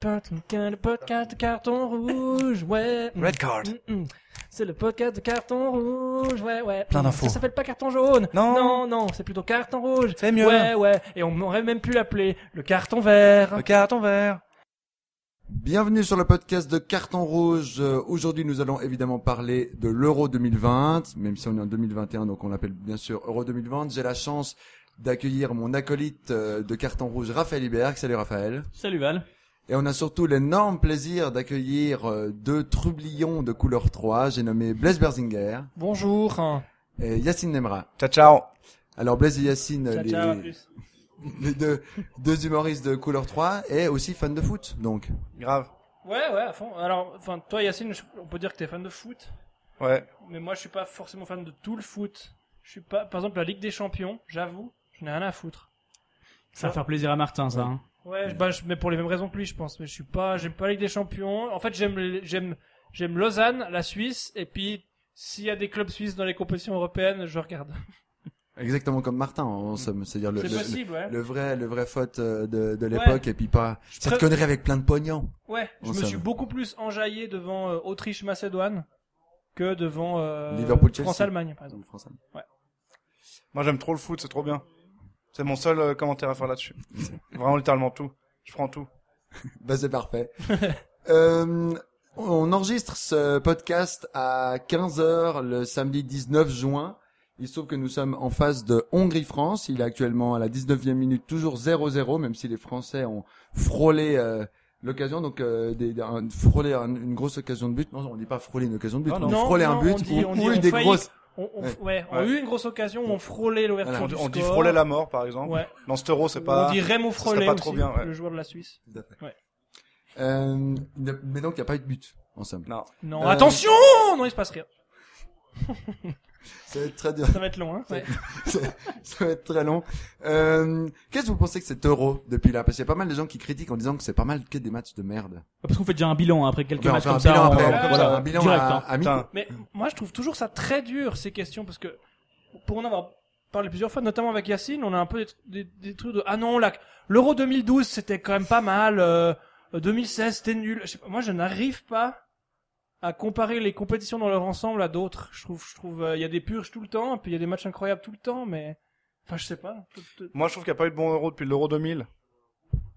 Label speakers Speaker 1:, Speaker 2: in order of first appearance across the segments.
Speaker 1: Pas ton cas- le podcast de carton rouge, ouais. Mm,
Speaker 2: Red card.
Speaker 1: mm, mm. C'est le podcast de carton rouge, ouais, ouais.
Speaker 2: Plein
Speaker 1: Mm.
Speaker 2: d'infos.
Speaker 1: Ça s'appelle pas carton jaune.
Speaker 2: Non.
Speaker 1: Non, non, c'est plutôt carton rouge.
Speaker 2: C'est mieux.
Speaker 1: Ouais, ouais. Et on aurait même pu l'appeler le carton vert.
Speaker 2: Le carton vert.
Speaker 3: Bienvenue sur le podcast de Carton Rouge. Euh, Aujourd'hui, nous allons évidemment parler de l'Euro 2020, même si on est en 2021, donc on l'appelle bien sûr Euro 2020. J'ai la chance d'accueillir mon acolyte euh, de Carton Rouge, Raphaël Iberg. Salut Raphaël.
Speaker 4: Salut Val.
Speaker 3: Et on a surtout l'énorme plaisir d'accueillir euh, deux trublions de couleur 3. J'ai nommé Blaise Berzinger
Speaker 1: Bonjour.
Speaker 3: et Yacine Nemra.
Speaker 2: Ciao, ciao.
Speaker 3: Alors Blaise et Yacine,
Speaker 1: Ciao,
Speaker 3: les,
Speaker 1: ciao, à plus.
Speaker 3: les deux, deux humoristes de couleur 3 et aussi fans de foot, donc.
Speaker 2: Grave.
Speaker 1: Ouais, ouais, à fond. Alors, enfin, toi, Yacine, je- on peut dire que t'es fan de foot.
Speaker 2: Ouais.
Speaker 1: Mais moi, je suis pas forcément fan de tout le foot. Je suis pas, par exemple, la Ligue des Champions, j'avoue, je n'ai rien à foutre.
Speaker 4: Ça va faire plaisir à Martin, ça. hein.
Speaker 1: Ouais, je- bah, je- mais pour les mêmes raisons que lui, je pense. Mais je suis pas, j'aime pas la Ligue des Champions. En fait, j'aime, les- j'aime, j'aime Lausanne, la Suisse, et puis s'il y a des clubs suisses dans les compétitions européennes, je regarde.
Speaker 3: Exactement comme Martin, en somme. C'est-à-dire le,
Speaker 1: C'est
Speaker 3: le-
Speaker 1: possible, ouais.
Speaker 3: le vrai, le vrai faute euh, de, de l'époque et puis pas cette
Speaker 1: préf-
Speaker 3: connerie avec plein de pognon.
Speaker 1: Ouais, je
Speaker 3: On
Speaker 1: me
Speaker 3: s'aime.
Speaker 1: suis beaucoup plus enjaillé devant euh, Autriche-Macédoine que devant euh,
Speaker 3: Liverpool-Chelsea.
Speaker 1: France-Allemagne, par exemple.
Speaker 2: Moi, j'aime trop le foot, c'est trop bien. C'est mon seul euh, commentaire à faire là-dessus. Vraiment, littéralement tout. Je prends tout.
Speaker 3: Bah c'est parfait. euh, on enregistre ce podcast à 15h le samedi 19 juin. Il se trouve que nous sommes en face de Hongrie-France. Il est actuellement à la 19e minute, toujours 0-0, même si les Français ont frôlé euh, l'occasion, donc euh, des, des- un- frôlé un- une grosse occasion de but. Non, on dit pas frôler une occasion de but,
Speaker 2: Non,
Speaker 3: on
Speaker 1: Ah, non.
Speaker 3: frôlait
Speaker 1: Non,
Speaker 3: un but
Speaker 1: on dit-
Speaker 3: ou-
Speaker 1: on
Speaker 3: ou
Speaker 1: dit
Speaker 3: eu
Speaker 1: on
Speaker 3: des
Speaker 1: faillit.
Speaker 3: grosses...
Speaker 1: On, on,
Speaker 3: Ouais.
Speaker 1: ouais, on a eu une grosse occasion où on frôlait l'ouverture
Speaker 3: Voilà,
Speaker 1: du
Speaker 2: On, on dit
Speaker 1: score.
Speaker 2: frôler la mort, par exemple.
Speaker 1: Ouais.
Speaker 2: Dans cet euro, c'est pas...
Speaker 1: On dit Raymond
Speaker 2: serait
Speaker 1: Frollet
Speaker 2: pas
Speaker 1: aussi,
Speaker 2: trop bien, ouais.
Speaker 1: le joueur de la Suisse.
Speaker 3: Euh, mais donc il n'y a pas eu de but, en somme.
Speaker 2: Non.
Speaker 1: Non,
Speaker 3: Euh,
Speaker 1: attention Non, il se passe rien.
Speaker 3: Ça va être très dur.
Speaker 1: Ça va être long, hein. Ouais.
Speaker 3: ça va être très long. Euh, Qu'est-ce que vous pensez que cet euro depuis là Parce qu'il y a pas mal de gens qui critiquent en disant que c'est pas mal que des matchs de merde.
Speaker 4: Parce qu'on fait déjà un bilan hein, après quelques
Speaker 3: Enfin, on
Speaker 4: matchs
Speaker 3: fait
Speaker 4: comme
Speaker 3: un
Speaker 4: ça.
Speaker 3: bilan
Speaker 4: on-
Speaker 3: après,
Speaker 4: voilà,
Speaker 3: comme ça, un bilan
Speaker 4: direct,
Speaker 3: à,
Speaker 4: hein.
Speaker 3: à mi-temps.
Speaker 2: Putain.
Speaker 1: Mais moi, je trouve toujours ça très dur, ces questions, parce que pour en avoir parlé plusieurs fois, notamment avec Yacine, on a un peu des, des- des trucs de ah non, là, l'Euro 2012, c'était quand même pas mal. euh, 2016, c'était nul. Je sais pas, moi, je n'arrive pas à comparer les compétitions dans leur ensemble à d'autres. Je trouve, je trouve, euh, il y a des purges tout le temps, puis il y a des matchs incroyables tout le temps, mais enfin, je sais pas.
Speaker 2: Moi, je trouve qu'il n'y a pas eu de bon euro depuis l'euro 2000.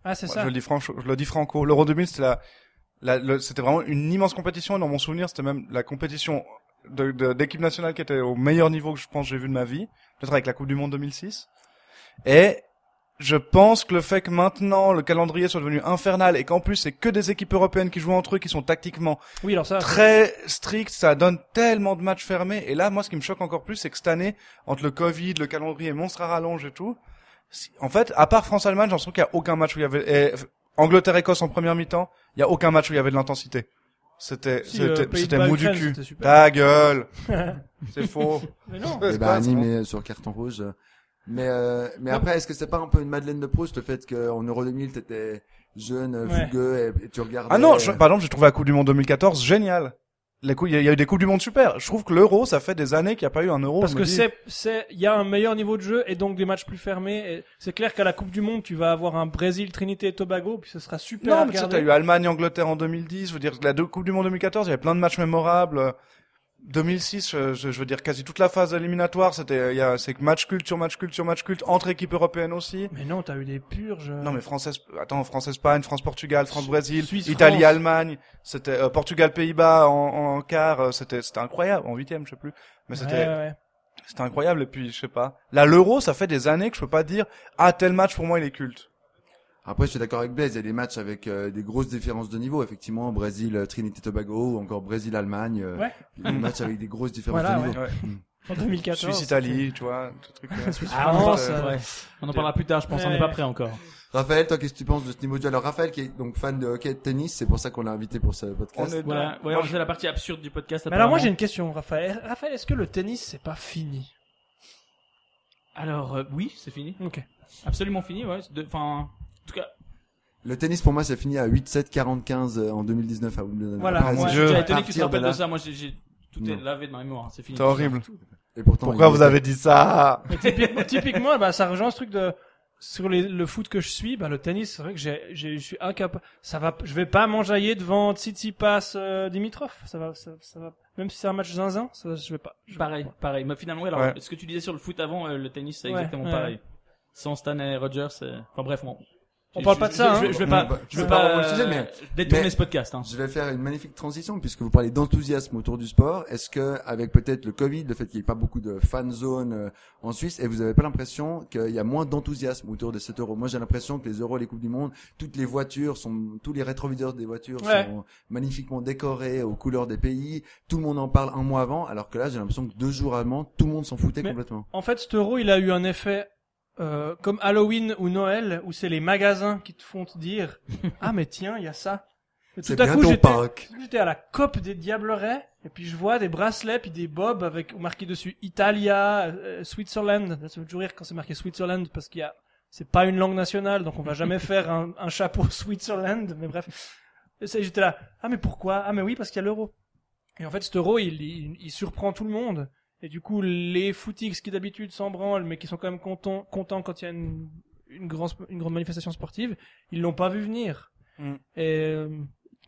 Speaker 1: Ah, c'est
Speaker 2: Moi,
Speaker 1: ça.
Speaker 2: Bah, Je le dis franco, je le dis franco. L'Euro 2000, c'était la, la- le- c'était vraiment une immense compétition. Et dans mon souvenir, c'était même la compétition de, de- d'équipe nationale qui était au meilleur niveau que je pense que j'ai vu de ma vie. Peut-être avec la Coupe du Monde 2006. Et je pense que le fait que maintenant le calendrier soit devenu infernal et qu'en plus c'est que des équipes européennes qui jouent entre eux, qui sont tactiquement
Speaker 1: Oui, alors ça.
Speaker 2: très strictes, ça donne tellement de matchs fermés. Et là, moi, ce qui me choque encore plus, c'est que cette année, entre le Covid, le calendrier monstre à rallonge et tout, si- en fait, à part France-Allemagne, j'ai l'impression qu'il n'y a aucun match où il y avait... eh, Angleterre-Écosse en première mi-temps, il n'y a aucun match où il y avait de l'intensité. C'était
Speaker 1: Si, euh,
Speaker 2: c'était
Speaker 1: Pays de
Speaker 2: c'était
Speaker 1: Bas,
Speaker 2: mou du
Speaker 1: Ukraine,
Speaker 2: cul. Bah,
Speaker 1: c'était super.
Speaker 2: Ta gueule C'est faux.
Speaker 1: Mais non.
Speaker 2: Ouais,
Speaker 3: Et
Speaker 2: c'est
Speaker 3: bah
Speaker 2: pas- c'est
Speaker 3: animé sur carton rouge. Mais euh, mais
Speaker 1: Non.
Speaker 3: après, est-ce que c'est pas un peu une Madeleine de Proust le fait qu'en euro 2000 t'étais jeune,
Speaker 1: Ouais.
Speaker 3: fugueux et, et tu regardais euh,
Speaker 2: Ah non, je- par exemple, j'ai trouvé la Coupe du Monde 2014 génial. Les coups- Il y, a- il y a eu des Coupes du Monde super. Je trouve que l'Euro, ça fait des années qu'il n'y a pas eu un Euro.
Speaker 1: Parce
Speaker 2: je
Speaker 1: que
Speaker 2: me dis-
Speaker 1: c'est, c'est, il y a un meilleur niveau de jeu et donc des matchs plus fermés. Et C'est clair qu'à la Coupe du Monde, tu vas avoir un Brésil, Trinité et Tobago, puis ce sera super à
Speaker 2: Non, mais tu sais,
Speaker 1: regarder.
Speaker 2: t'as eu Allemagne-Angleterre en 2010. Je veux dire, la deux- Coupe du Monde 2014, il y avait plein de matchs mémorables. 2006, je, je- je veux dire, quasi toute la phase éliminatoire, c'était, il y a, c'est que match culte sur match culte sur match culte entre équipes européennes aussi.
Speaker 1: Mais non, t'as eu des purges.
Speaker 2: Non, mais française, attends, France-Espagne, France-Portugal, France-Brésil,
Speaker 1: Suisse, France.
Speaker 2: Italie-Allemagne, c'était euh, Portugal-Pays-Bas en, en quart, euh, c'était, c'était incroyable, en huitième, je sais plus. Mais
Speaker 1: Ouais,
Speaker 2: c'était,
Speaker 1: ouais, ouais.
Speaker 2: c'était incroyable. Et puis, je sais pas. Là, l'Euro, ça fait des années que je peux pas dire, ah, tel match pour moi il est culte.
Speaker 3: Après, je suis d'accord avec Blaise. Il y a des matchs avec euh, des grosses différences de niveau. Effectivement, Brésil, euh, Trinité-Tobago ou encore Brésil-Allemagne. euh,
Speaker 1: Ouais.
Speaker 3: Des matchs avec des grosses différences
Speaker 1: Voilà,
Speaker 3: de
Speaker 1: ouais.
Speaker 3: niveau.
Speaker 2: Ouais.
Speaker 1: En 2014.
Speaker 2: Suisse-Italie, tu vois, ce truc. euh.
Speaker 4: Ah, on, en
Speaker 1: France,
Speaker 4: parle-
Speaker 1: euh,
Speaker 4: ouais. On en parlera plus tard, je pense. On n'est
Speaker 1: Ouais.
Speaker 4: pas prêt encore.
Speaker 3: Raphaël, toi, qu'est-ce que tu penses de ce niveau de jeu Alors, Raphaël, qui est donc fan de hockey et de tennis, c'est pour ça qu'on l'a invité pour ce
Speaker 2: On
Speaker 3: podcast.
Speaker 2: est
Speaker 4: Voilà.
Speaker 2: dedans.
Speaker 4: Ouais,
Speaker 2: Moi,
Speaker 4: on
Speaker 2: je-
Speaker 4: faisait la partie absurde du podcast.
Speaker 1: Mais alors moi
Speaker 4: apparemment.
Speaker 1: j'ai une question, Raphaël. Raphaël, est-ce que le tennis c'est pas fini
Speaker 4: Alors euh, oui, c'est fini.
Speaker 1: Ok.
Speaker 4: Absolument fini. Ouais. C'est de- Enfin, en tout cas,
Speaker 3: Le tennis, pour moi, c'est fini à 8-7-45 euh, en 2019 à Wimbledon.
Speaker 1: Voilà,
Speaker 3: Après,
Speaker 4: moi,
Speaker 3: c'est-
Speaker 2: Dieu.
Speaker 4: je suis déjà
Speaker 3: à
Speaker 4: étonné que tu
Speaker 3: partir
Speaker 4: te
Speaker 3: de
Speaker 4: rappelles de,
Speaker 3: là-
Speaker 4: ça. Moi, j'ai- j'ai tout est
Speaker 3: Non.
Speaker 4: lavé de ma mémoire. hein, C'est fini.
Speaker 2: C'est horrible.
Speaker 3: Et pourtant,
Speaker 2: Pourquoi
Speaker 3: il
Speaker 2: vous
Speaker 3: était-
Speaker 2: avez dit ça
Speaker 1: Mais typiquement, typiquement, bah ça rejoint ce truc de sur les- le foot que je suis, bah, le tennis, c'est vrai que j'ai, j'ai- je suis incapable. Ça va, je vais pas m'enjailler devant Tsitsipas, euh, Dimitrov. Ça va, ça, ça va. Même si c'est un match zinzin, ça, je vais pas. je-
Speaker 4: Pareil, pareil. Mais finalement, alors,
Speaker 2: Ouais.
Speaker 4: ce que tu disais sur le foot avant, euh, le tennis, c'est
Speaker 1: Ouais,
Speaker 4: exactement
Speaker 1: ouais.
Speaker 4: pareil. Sans Stan et Rogers, euh, enfin bref, on,
Speaker 1: On
Speaker 4: je-
Speaker 1: parle
Speaker 4: je-
Speaker 1: pas de
Speaker 4: je-
Speaker 1: ça,
Speaker 4: Je,
Speaker 1: hein.
Speaker 4: je vais
Speaker 3: On
Speaker 4: pas,
Speaker 3: va-
Speaker 4: je vais
Speaker 3: on va
Speaker 4: pas,
Speaker 3: revoir le sujet, mais-
Speaker 4: euh, détourner
Speaker 3: mais-
Speaker 4: ce podcast. Hein.
Speaker 3: Je vais faire une magnifique transition puisque vous parlez d'enthousiasme autour du sport. Est-ce que, avec peut-être le Covid, le fait qu'il n'y ait pas beaucoup de fan zone euh, en Suisse, et vous n'avez pas l'impression qu'il y a moins d'enthousiasme autour de cet euro Moi, j'ai l'impression que les euros, les coupes du monde, toutes les voitures sont, tous les rétroviseurs des voitures
Speaker 1: Ouais.
Speaker 3: sont magnifiquement décorés aux couleurs des pays. Tout le monde en parle un mois avant, alors que là, j'ai l'impression que deux jours avant, tout le monde s'en foutait
Speaker 1: Mais-
Speaker 3: complètement.
Speaker 1: En fait, cet euro, il a eu un effet euh, comme Halloween ou Noël, où c'est les magasins qui te font te dire Ah, mais tiens, il y a ça. Et
Speaker 3: C'est
Speaker 1: tout à coup,
Speaker 3: bientôt
Speaker 1: j'étais,
Speaker 3: Pâques.
Speaker 1: j'étais à la COP des Diablerets, et puis je vois des bracelets, puis des bobs avec marqué dessus Italia, euh, Switzerland. Ça me fait toujours rire quand c'est marqué Switzerland, parce qu'il y a. C'est pas une langue nationale, donc on va jamais faire un, un chapeau Switzerland, mais bref. Et ça, J'étais là, ah mais pourquoi Ah mais oui, parce qu'il y a l'euro. Et en fait, cet euro, il- il- il surprend tout le monde. Et du coup, les footix qui d'habitude s'en branlent, mais qui sont quand même contents, contents quand il y a une, une, grand- une grande manifestation sportive, ils l'ont pas vu venir.
Speaker 2: Mm.
Speaker 1: Et euh,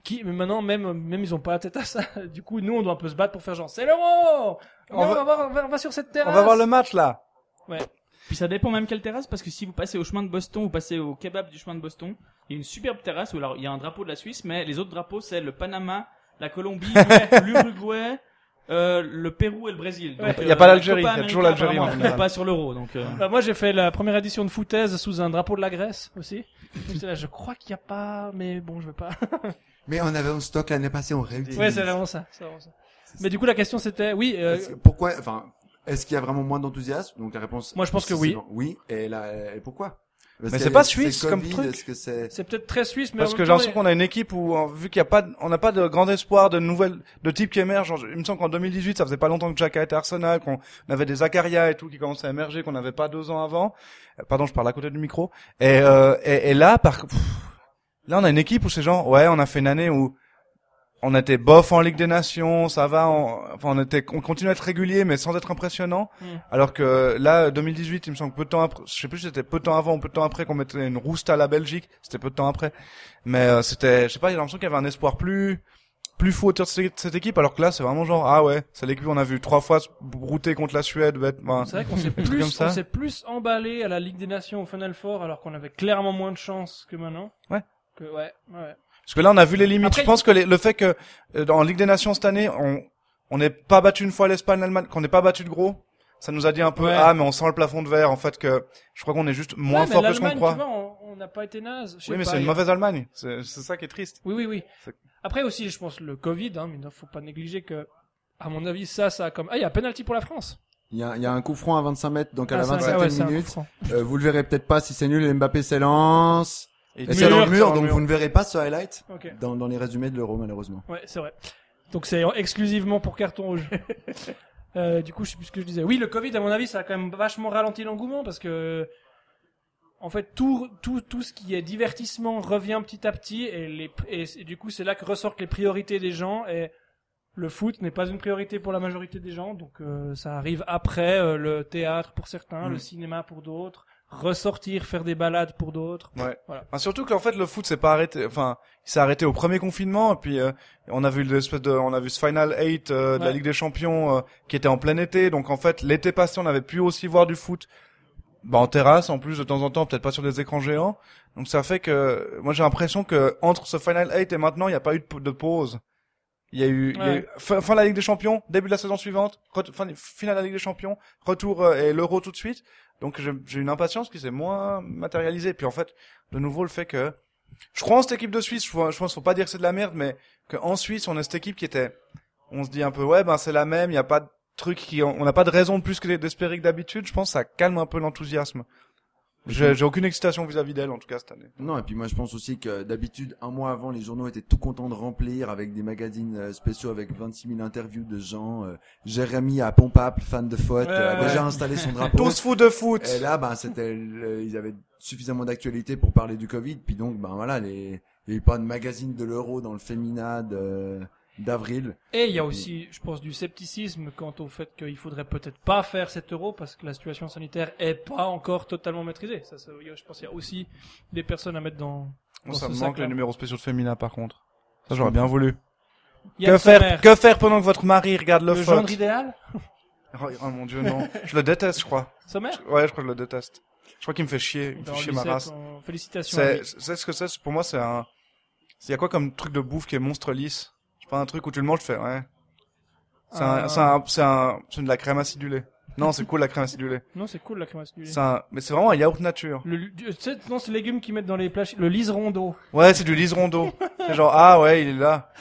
Speaker 1: qui, mais maintenant, même, même ils ont pas la tête à ça. Du coup, nous, on doit un peu se battre pour faire genre, c'est l'euro!
Speaker 2: On
Speaker 1: Non, On,
Speaker 2: va-
Speaker 1: va... voir- on va- on va sur cette terrasse!
Speaker 2: On va voir le match là.
Speaker 4: Puis ça dépend même quelle terrasse, parce que si vous passez au chemin de Boston, vous passez au kebab du chemin de Boston, il y a une superbe terrasse où alors il y a un drapeau de la Suisse, mais les autres drapeaux c'est le Panama, la Colombie, l'Uruguay, euh, le Pérou et le Brésil. Donc,
Speaker 1: Ouais.
Speaker 2: Il y a
Speaker 4: euh,
Speaker 2: pas l'Algérie,
Speaker 4: Copa
Speaker 2: il y a toujours
Speaker 4: América,
Speaker 2: l'Algérie, en
Speaker 4: apparemment,
Speaker 2: général.
Speaker 4: on est pas sur l'euro, donc. euh,
Speaker 1: Bah, moi, j'ai fait la première édition de foutaise sous un drapeau de la Grèce aussi. J'étais là, je crois qu'il y a pas, mais bon, je vais pas.
Speaker 3: Mais on avait en stock l'année passée, on réutilise.
Speaker 1: ouais, c'est vraiment ça. c'est vraiment ça. Mais du coup, la question c'était, oui, euh,
Speaker 3: Est-ce que- pourquoi, enfin, est-ce qu'il y a vraiment moins d'enthousiasme Donc la réponse.
Speaker 1: Moi, je pense que
Speaker 3: c'est-
Speaker 1: oui.
Speaker 3: c'est bon. Oui, et là, et pourquoi Parce
Speaker 2: Mais
Speaker 3: que
Speaker 2: c'est pas
Speaker 3: est-ce que
Speaker 2: suisse
Speaker 3: c'est
Speaker 2: comme
Speaker 3: Covid,
Speaker 2: truc.
Speaker 3: Est-ce que c'est
Speaker 1: c'est peut-être très suisse, mais
Speaker 2: Parce
Speaker 1: en
Speaker 2: que
Speaker 1: même
Speaker 2: j'ai
Speaker 1: temps,
Speaker 2: l'impression qu'on a une équipe où, en- vu qu'il n'y a pas, de- on n'a pas de grand espoir de nouvelles, de types qui émergent. Je- Il me semble qu'en 2018, ça faisait pas longtemps que Jacka était à Arsenal, qu'on avait des Zakaria et tout qui commençaient à émerger, qu'on n'avait pas deux ans avant. Euh, Pardon, je parle à côté du micro. Et, euh, et, et là, par, pff, là, on a une équipe où c'est genre, ouais, on a fait une année où on était bof en Ligue des Nations, ça va, on, enfin, on était, on continue à être régulier, mais sans être impressionnant.
Speaker 1: Mm.
Speaker 2: Alors que là, 2018, il me semble que peu de temps après, je sais plus si c'était peu de temps avant ou peu de temps après qu'on mettait une rouste à la Belgique, c'était peu de temps après. Mais euh, c'était, je sais pas, j'ai l'impression qu'il y avait un espoir plus plus fou autour de cette, cette équipe, alors que là, c'est vraiment genre, ah ouais, c'est l'équipe on a vu trois fois se brouter contre la Suède, bête, ben,
Speaker 1: C'est vrai qu'on s'est
Speaker 2: truc comme
Speaker 1: plus,
Speaker 2: ça.
Speaker 1: on s'est plus emballé à la Ligue des Nations au Final Four alors qu'on avait clairement moins de chance que maintenant.
Speaker 2: Ouais.
Speaker 1: Que ouais, ouais.
Speaker 2: Parce que là, on a vu les limites.
Speaker 1: Après,
Speaker 2: je pense que les- le fait que euh, dans Ligue des Nations cette année, on on n'ait pas battu une fois l'Espagne, l'Allemagne, qu'on n'ait pas battu de gros, ça nous a dit un peu
Speaker 1: Ouais.
Speaker 2: ah mais on sent le plafond de verre en fait que je crois qu'on est juste moins
Speaker 1: Ouais, mais
Speaker 2: fort que ce qu'on
Speaker 1: l'Allemagne,
Speaker 2: croit.
Speaker 1: tu vois, on- on n'a pas été naze. je sais
Speaker 2: oui mais
Speaker 1: pas,
Speaker 2: c'est une
Speaker 1: il-
Speaker 2: mauvaise Allemagne, c'est c'est ça qui est triste.
Speaker 1: Oui, oui, oui.
Speaker 2: C'est-
Speaker 1: Après aussi, je pense le Covid, hein, mais il ne faut pas négliger que, à mon avis, ça, ça a comme ah, il y a penalty pour la France.
Speaker 3: Il y a, il y a un coup franc à 25 mètres, donc à
Speaker 1: Ah,
Speaker 3: la
Speaker 1: ça,
Speaker 3: 27e
Speaker 1: ouais, c'est un coup
Speaker 3: minute.
Speaker 1: franc.
Speaker 3: Euh, vous le verrez peut-être pas si c'est nul. Mbappé s'élance.
Speaker 2: Et
Speaker 3: Et c'est dans le
Speaker 2: mur,
Speaker 3: mur, donc vous ne verrez pas ce highlight
Speaker 1: Ok.
Speaker 3: dans, dans les résumés de l'euro malheureusement.
Speaker 1: Ouais, c'est vrai. Donc c'est exclusivement pour carton rouge. Euh, du coup, je sais plus ce que je disais. Oui, le Covid, à mon avis, ça a quand même vachement ralenti l'engouement parce que, en fait, tout, tout, tout ce qui est divertissement revient petit à petit et, les, et, c'est- du coup, c'est là que ressortent les priorités des gens et le foot n'est pas une priorité pour la majorité des gens, donc euh, ça arrive après euh, le théâtre pour certains,
Speaker 2: Mm.
Speaker 1: le cinéma pour d'autres, ressortir, faire des balades pour d'autres.
Speaker 2: Ouais.
Speaker 1: Voilà.
Speaker 2: Enfin, surtout qu'en fait le foot s'est pas arrêté, enfin il s'est arrêté au premier confinement et puis euh, on a vu l'espèce de, on a vu ce final 8 de la
Speaker 1: Ouais.
Speaker 2: Ligue des Champions euh, qui était en plein été, donc en fait l'été passé on avait pu aussi voir du foot, bah en terrasse en plus de temps en temps, peut-être pas sur des écrans géants, donc ça fait que moi j'ai l'impression que entre ce final 8 et maintenant il n'y a pas eu de, p- de pause. Il y a eu, il y a eu
Speaker 1: Ouais.
Speaker 2: fin, fin de la Ligue des Champions, début de la saison suivante, ret- fin, finale de la Ligue des Champions, retour euh, et l'Euro tout de suite. Donc j'ai j'ai une impatience qui s'est moins matérialisée. Puis en fait, de nouveau le fait que je crois en cette équipe de Suisse. Je, vois- je pense faut pas dire que c'est de la merde, mais qu'en Suisse on a cette équipe qui était, on se dit un peu ouais ben c'est la même, il y a pas de truc qui, on n'a pas de raison de plus que d'espérer que d'habitude. Je pense que ça calme un peu l'enthousiasme. J'ai j'ai aucune excitation vis-à-vis d'elle en tout cas cette année.
Speaker 3: Non, et puis moi je pense aussi que d'habitude, un mois avant, les journaux étaient tout contents de remplir avec des magazines euh, spéciaux avec 26 000 interviews de gens. euh, Jérémy à Pompable, fan de faute,
Speaker 1: Ouais,
Speaker 3: a
Speaker 1: ouais.
Speaker 3: déjà installé son drapeau.
Speaker 2: Tous fous de foot.
Speaker 3: Et là, ben, c'était, le- ils avaient suffisamment d'actualité pour parler du Covid, puis donc, ben voilà, les, il n'y a eu pas de magazine de l'euro dans le féminade. euh, d'avril.
Speaker 1: Et il y a aussi, je pense, du scepticisme quant au fait qu'il faudrait peut-être pas faire cet euro parce que la situation sanitaire est pas encore totalement maîtrisée. Ça, ça, je pense qu'il y a aussi des personnes à mettre dans. dans
Speaker 2: Moi, ça
Speaker 1: ce
Speaker 2: me manque
Speaker 1: sac-là.
Speaker 2: les numéros spéciaux de féminin par contre. Ça j'aurais bien voulu.
Speaker 1: Yann
Speaker 2: Que faire,
Speaker 1: Sommer,
Speaker 2: que faire pendant que votre mari regarde le,
Speaker 1: le
Speaker 2: foot
Speaker 1: genre idéal
Speaker 2: oh, oh mon dieu non, je le déteste je crois.
Speaker 1: Sommer
Speaker 2: Je- Ouais je crois que je le déteste. Je crois qu'il me fait chier, il me
Speaker 1: Dans
Speaker 2: fait
Speaker 1: le
Speaker 2: chier ma
Speaker 1: lycée,
Speaker 2: race.
Speaker 1: on- Félicitations. à
Speaker 2: C'est
Speaker 1: lui.
Speaker 2: c'est ce que c'est c'est- pour moi c'est un. Il y a quoi comme truc de bouffe qui est monstre lisse Je sais pas un truc où tu le manges tu fais ouais. C'est un,
Speaker 1: Euh,
Speaker 2: c'est un, c'est un, c'est de la crème acidulée. Non, c'est cool la crème acidulée.
Speaker 1: Non, c'est cool la crème acidulée.
Speaker 2: C'est un, mais c'est vraiment un yaourt nature.
Speaker 1: Le, lu- tu sais, non, c'est légumes qu'ils mettent dans les plages. Le liseron d'eau.
Speaker 2: Ouais, c'est du liseron d'eau. C'est genre, ah ouais, il est là.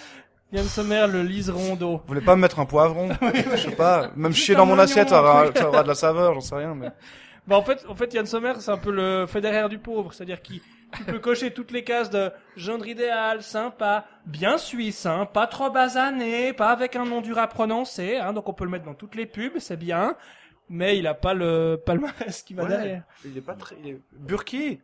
Speaker 1: Yann Sommer, le liseron d'eau.
Speaker 2: Vous voulez pas me mettre un poivron? Je sais pas. Même
Speaker 1: Juste
Speaker 2: chier dans
Speaker 1: un
Speaker 2: mon
Speaker 1: oignon,
Speaker 2: assiette, ça
Speaker 1: un
Speaker 2: aura,
Speaker 1: truc.
Speaker 2: ça aura de la saveur, j'en sais rien, mais.
Speaker 1: Bah en fait, en fait, Yann Sommer, c'est un peu le Federer du pauvre, c'est-à-dire qui, qui peut cocher toutes les cases de gendre idéal, sympa, bien suisse, hein, pas trop basané, pas avec un nom dur à prononcer, hein, donc on peut le mettre dans toutes les pubs, c'est bien, mais il a pas le palmarès qui va
Speaker 2: Ouais.
Speaker 1: derrière.
Speaker 2: Il est pas très, il est... Burki!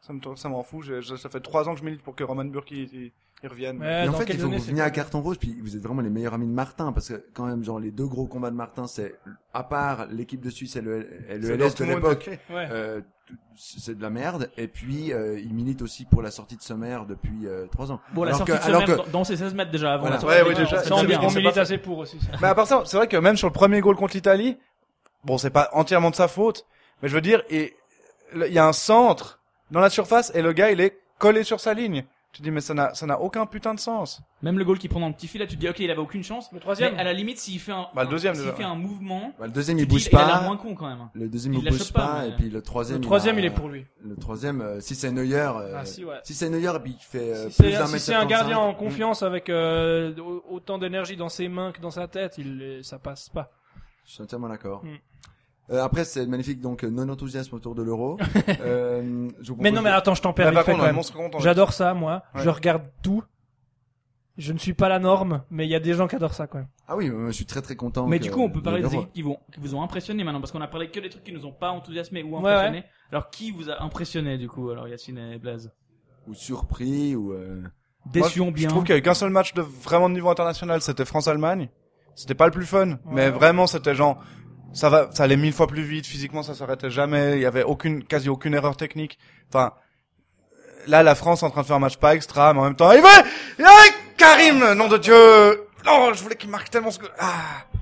Speaker 2: Ça me, ça m'en fout, je- je- ça fait trois ans que je milite pour que Roman Burki, il, il revienne.
Speaker 1: Ouais,
Speaker 3: Et en
Speaker 1: dans
Speaker 3: fait,
Speaker 1: quelles
Speaker 3: il faut que
Speaker 1: années
Speaker 3: vous
Speaker 1: c'est
Speaker 3: veniez à
Speaker 1: pas-
Speaker 3: carton rouge, puis vous êtes vraiment les meilleurs amis de Martin, parce que quand même, genre, les deux gros combats de Martin, c'est, à part l'équipe de Suisse et le, et le
Speaker 2: C'est
Speaker 3: LS de
Speaker 2: Dortmund.
Speaker 3: l'époque,
Speaker 1: Ouais.
Speaker 3: euh, tout- c'est de la merde. Et puis, euh, il milite aussi pour la sortie de sommaire depuis euh, trois ans.
Speaker 4: Bon, la
Speaker 3: Alors
Speaker 4: sortie
Speaker 3: que-
Speaker 4: de
Speaker 3: alors
Speaker 4: sommaire
Speaker 3: que-
Speaker 4: dans- dans ses 16 mètres déjà avant.
Speaker 3: Voilà.
Speaker 4: la sortie
Speaker 2: Ouais,
Speaker 4: de
Speaker 2: ouais,
Speaker 4: sommaire,
Speaker 2: déjà,
Speaker 4: on
Speaker 1: Ça,
Speaker 4: sent
Speaker 1: on,
Speaker 2: c'est-
Speaker 4: bien. hein.
Speaker 1: on
Speaker 2: c'est
Speaker 1: milite
Speaker 2: pas-
Speaker 1: assez pour aussi. Ça.
Speaker 2: Mais à part ça, c'est vrai que même sur le premier goal contre l'Italie, bon, c'est pas entièrement de sa faute, mais je veux dire, et le- il y a un centre dans la surface et le gars, il est collé sur sa ligne. Tu dis, mais ça n'a, ça n'a aucun putain de sens.
Speaker 4: Même le goal qui prend dans le petit fil, là, tu te dis, ok, il avait aucune chance.
Speaker 1: Le
Speaker 4: Mais
Speaker 1: troisième.
Speaker 4: à la limite, s'il fait un,
Speaker 2: Bah, le deuxième,
Speaker 4: s'il
Speaker 2: déjà.
Speaker 4: fait un mouvement,
Speaker 3: Bah, le deuxième,
Speaker 4: tu
Speaker 3: il
Speaker 4: te dis,
Speaker 3: bouge
Speaker 4: il a l'air moins
Speaker 3: pas.
Speaker 4: con quand même.
Speaker 3: Le deuxième,
Speaker 4: Il
Speaker 3: il,
Speaker 4: la
Speaker 3: bouge
Speaker 4: chope pas,
Speaker 3: pas.
Speaker 4: mais-
Speaker 3: et puis, le troisième.
Speaker 1: Le troisième,
Speaker 3: a-
Speaker 1: il est pour lui.
Speaker 3: Le troisième, euh, si c'est Neuer, euh,
Speaker 1: Ah, si, ouais.
Speaker 3: si c'est Neuer, et puis il fait euh,
Speaker 1: Si
Speaker 3: plus
Speaker 1: c'est
Speaker 3: d'un
Speaker 1: si
Speaker 3: mètre
Speaker 1: c'est un
Speaker 3: 75,
Speaker 1: gardien en
Speaker 3: mm.
Speaker 1: confiance avec euh, au- autant d'énergie dans ses mains que dans sa tête, il ça passe pas.
Speaker 3: Je suis entièrement d'accord.
Speaker 1: Mm.
Speaker 3: Euh, après, c'est magnifique, donc, euh, non-enthousiasme autour de l'euro. euh, je vous
Speaker 1: Mais
Speaker 3: propose
Speaker 1: non, mais
Speaker 3: de-
Speaker 1: attends, je t'en
Speaker 2: Là,
Speaker 1: perds
Speaker 2: Bah, par
Speaker 1: fait
Speaker 2: contre,
Speaker 1: quand
Speaker 2: on est
Speaker 1: même.
Speaker 2: monstre content.
Speaker 1: J'adore ça, moi.
Speaker 2: Ouais.
Speaker 1: Je regarde tout. Je ne suis pas la norme, mais il y a des gens qui adorent ça quand même.
Speaker 3: Ah oui, euh, je suis très très content.
Speaker 4: Mais
Speaker 3: que-
Speaker 4: du coup, on peut
Speaker 3: de
Speaker 4: parler des
Speaker 3: l'euro.
Speaker 4: équipes qui, vont, qui vous ont impressionné maintenant, parce qu'on a parlé que des trucs qui nous ont pas enthousiasmé ou
Speaker 1: Ouais,
Speaker 4: impressionné. Alors, qui vous a impressionné, du coup, alors Yacine et Blaze
Speaker 3: ou surpris ou euh,
Speaker 2: Moi,
Speaker 4: Déçu en
Speaker 2: Je
Speaker 4: bien.
Speaker 2: trouve qu'il y a eu qu'un seul match de vraiment de niveau international, c'était France-Allemagne. C'était pas le plus fun, mais
Speaker 1: Ouais.
Speaker 2: vraiment c'était genre ça va, ça allait mille fois plus vite, physiquement ça s'arrêtait jamais, il y avait aucune, quasi aucune erreur technique. Enfin, là la France est en train de faire un match pas extra, mais en même temps, il va, il va- Karim, nom de Dieu, non, je voulais qu'il marque tellement ce que, ah,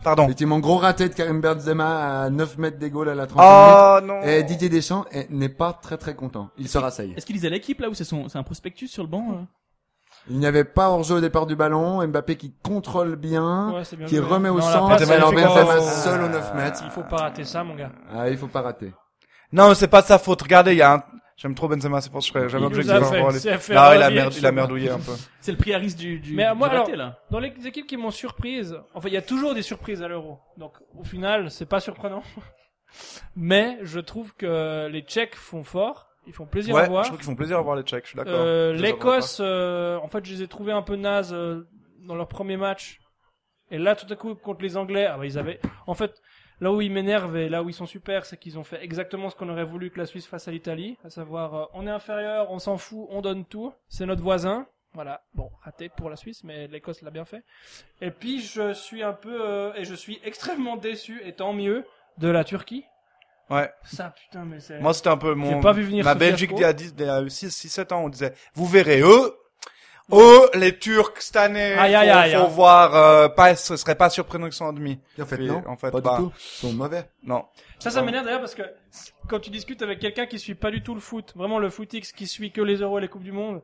Speaker 2: pardon.
Speaker 3: C'était mon gros raté de Karim Benzema à 9 mètres des goals à la 30
Speaker 2: Oh non.
Speaker 3: minutes. Et Didier Deschamps eh, n'est pas très très content. Il se rasseille.
Speaker 4: Est-ce qu'il lisait l'équipe là ou c'est son, c'est un prospectus sur le banc euh
Speaker 3: Il n'y avait pas hors-jeu au départ du ballon. Mbappé qui contrôle bien,
Speaker 1: Ouais, c'est bien
Speaker 3: Hein qui
Speaker 1: joué.
Speaker 3: remet au
Speaker 1: Non, la
Speaker 3: centre.
Speaker 1: passe,
Speaker 2: C'était
Speaker 3: Et alors
Speaker 2: magnifique.
Speaker 3: Benzema
Speaker 2: Oh.
Speaker 3: seul aux 9 mètres.
Speaker 1: Euh, Il faut pas rater ça, mon gars.
Speaker 3: Ah, il faut pas rater.
Speaker 2: Non, c'est pas de sa faute. Regardez, il y a un, j'aime trop Benzema, c'est pour ça que je serais jamais
Speaker 1: Il
Speaker 2: objectif.
Speaker 1: nous a
Speaker 2: hein,
Speaker 1: fait-
Speaker 2: pour aller-
Speaker 1: s'est fait
Speaker 2: Non, il a
Speaker 1: rallier,
Speaker 2: merde,
Speaker 1: je
Speaker 2: il
Speaker 1: sais
Speaker 2: a
Speaker 1: pas.
Speaker 2: merdouillé un peu.
Speaker 4: C'est le prix à risque du, du,
Speaker 1: Mais, euh,
Speaker 4: du
Speaker 1: moi,
Speaker 4: raté, là.
Speaker 1: Dans les équipes qui m'ont surprise, enfin, il y a toujours des surprises à l'euro. Donc, au final, c'est pas surprenant. Mais je trouve que les Tchèques font fort. Ils font plaisir
Speaker 2: Ouais,
Speaker 1: à voir.
Speaker 2: je trouve qu'ils font plaisir à voir les Tchèques, je suis d'accord.
Speaker 1: Euh,
Speaker 2: Je les adore
Speaker 1: L'Écosse, euh, en fait, je les ai trouvés un peu nazes euh, dans leur premier match. Et là, tout à coup, contre les Anglais, ah bah, ils avaient. En fait, là où ils m'énervent et là où ils sont super, c'est qu'ils ont fait exactement ce qu'on aurait voulu que la Suisse fasse à l'Italie, à savoir, euh, on est inférieur, on s'en fout, on donne tout, c'est notre voisin. Voilà, bon, raté pour la Suisse, mais l'Écosse l'a bien fait. Et puis, je suis un peu, euh, et je suis extrêmement déçu, et tant mieux, de la Turquie.
Speaker 2: pas. Ouais.
Speaker 1: Ça, putain, mais c'est.
Speaker 2: Moi, c'était un peu mon.
Speaker 1: J'ai pas vu venir
Speaker 2: Ma
Speaker 1: ce
Speaker 2: Belgique
Speaker 1: fiasco.
Speaker 2: d'il y a 10, d'il y a 6, 6, 7 ans, on disait, vous verrez eux. Eux, les Turcs, cette année,
Speaker 1: Aïe, aïe,
Speaker 2: faut,
Speaker 1: aïe,
Speaker 2: faut
Speaker 1: hein.
Speaker 2: voir, euh, pas, ce serait pas surprenant qu'ils soient en demi.
Speaker 3: Et en fait,
Speaker 2: Puis,
Speaker 3: non.
Speaker 2: en fait,
Speaker 3: pas
Speaker 2: bah.
Speaker 3: du tout. Ils sont mauvais.
Speaker 2: Non.
Speaker 1: Ça, ça m'énerve d'ailleurs parce que quand tu discutes avec quelqu'un qui suit pas du tout le foot, vraiment le footix qui suit que les euros et les coupes du monde,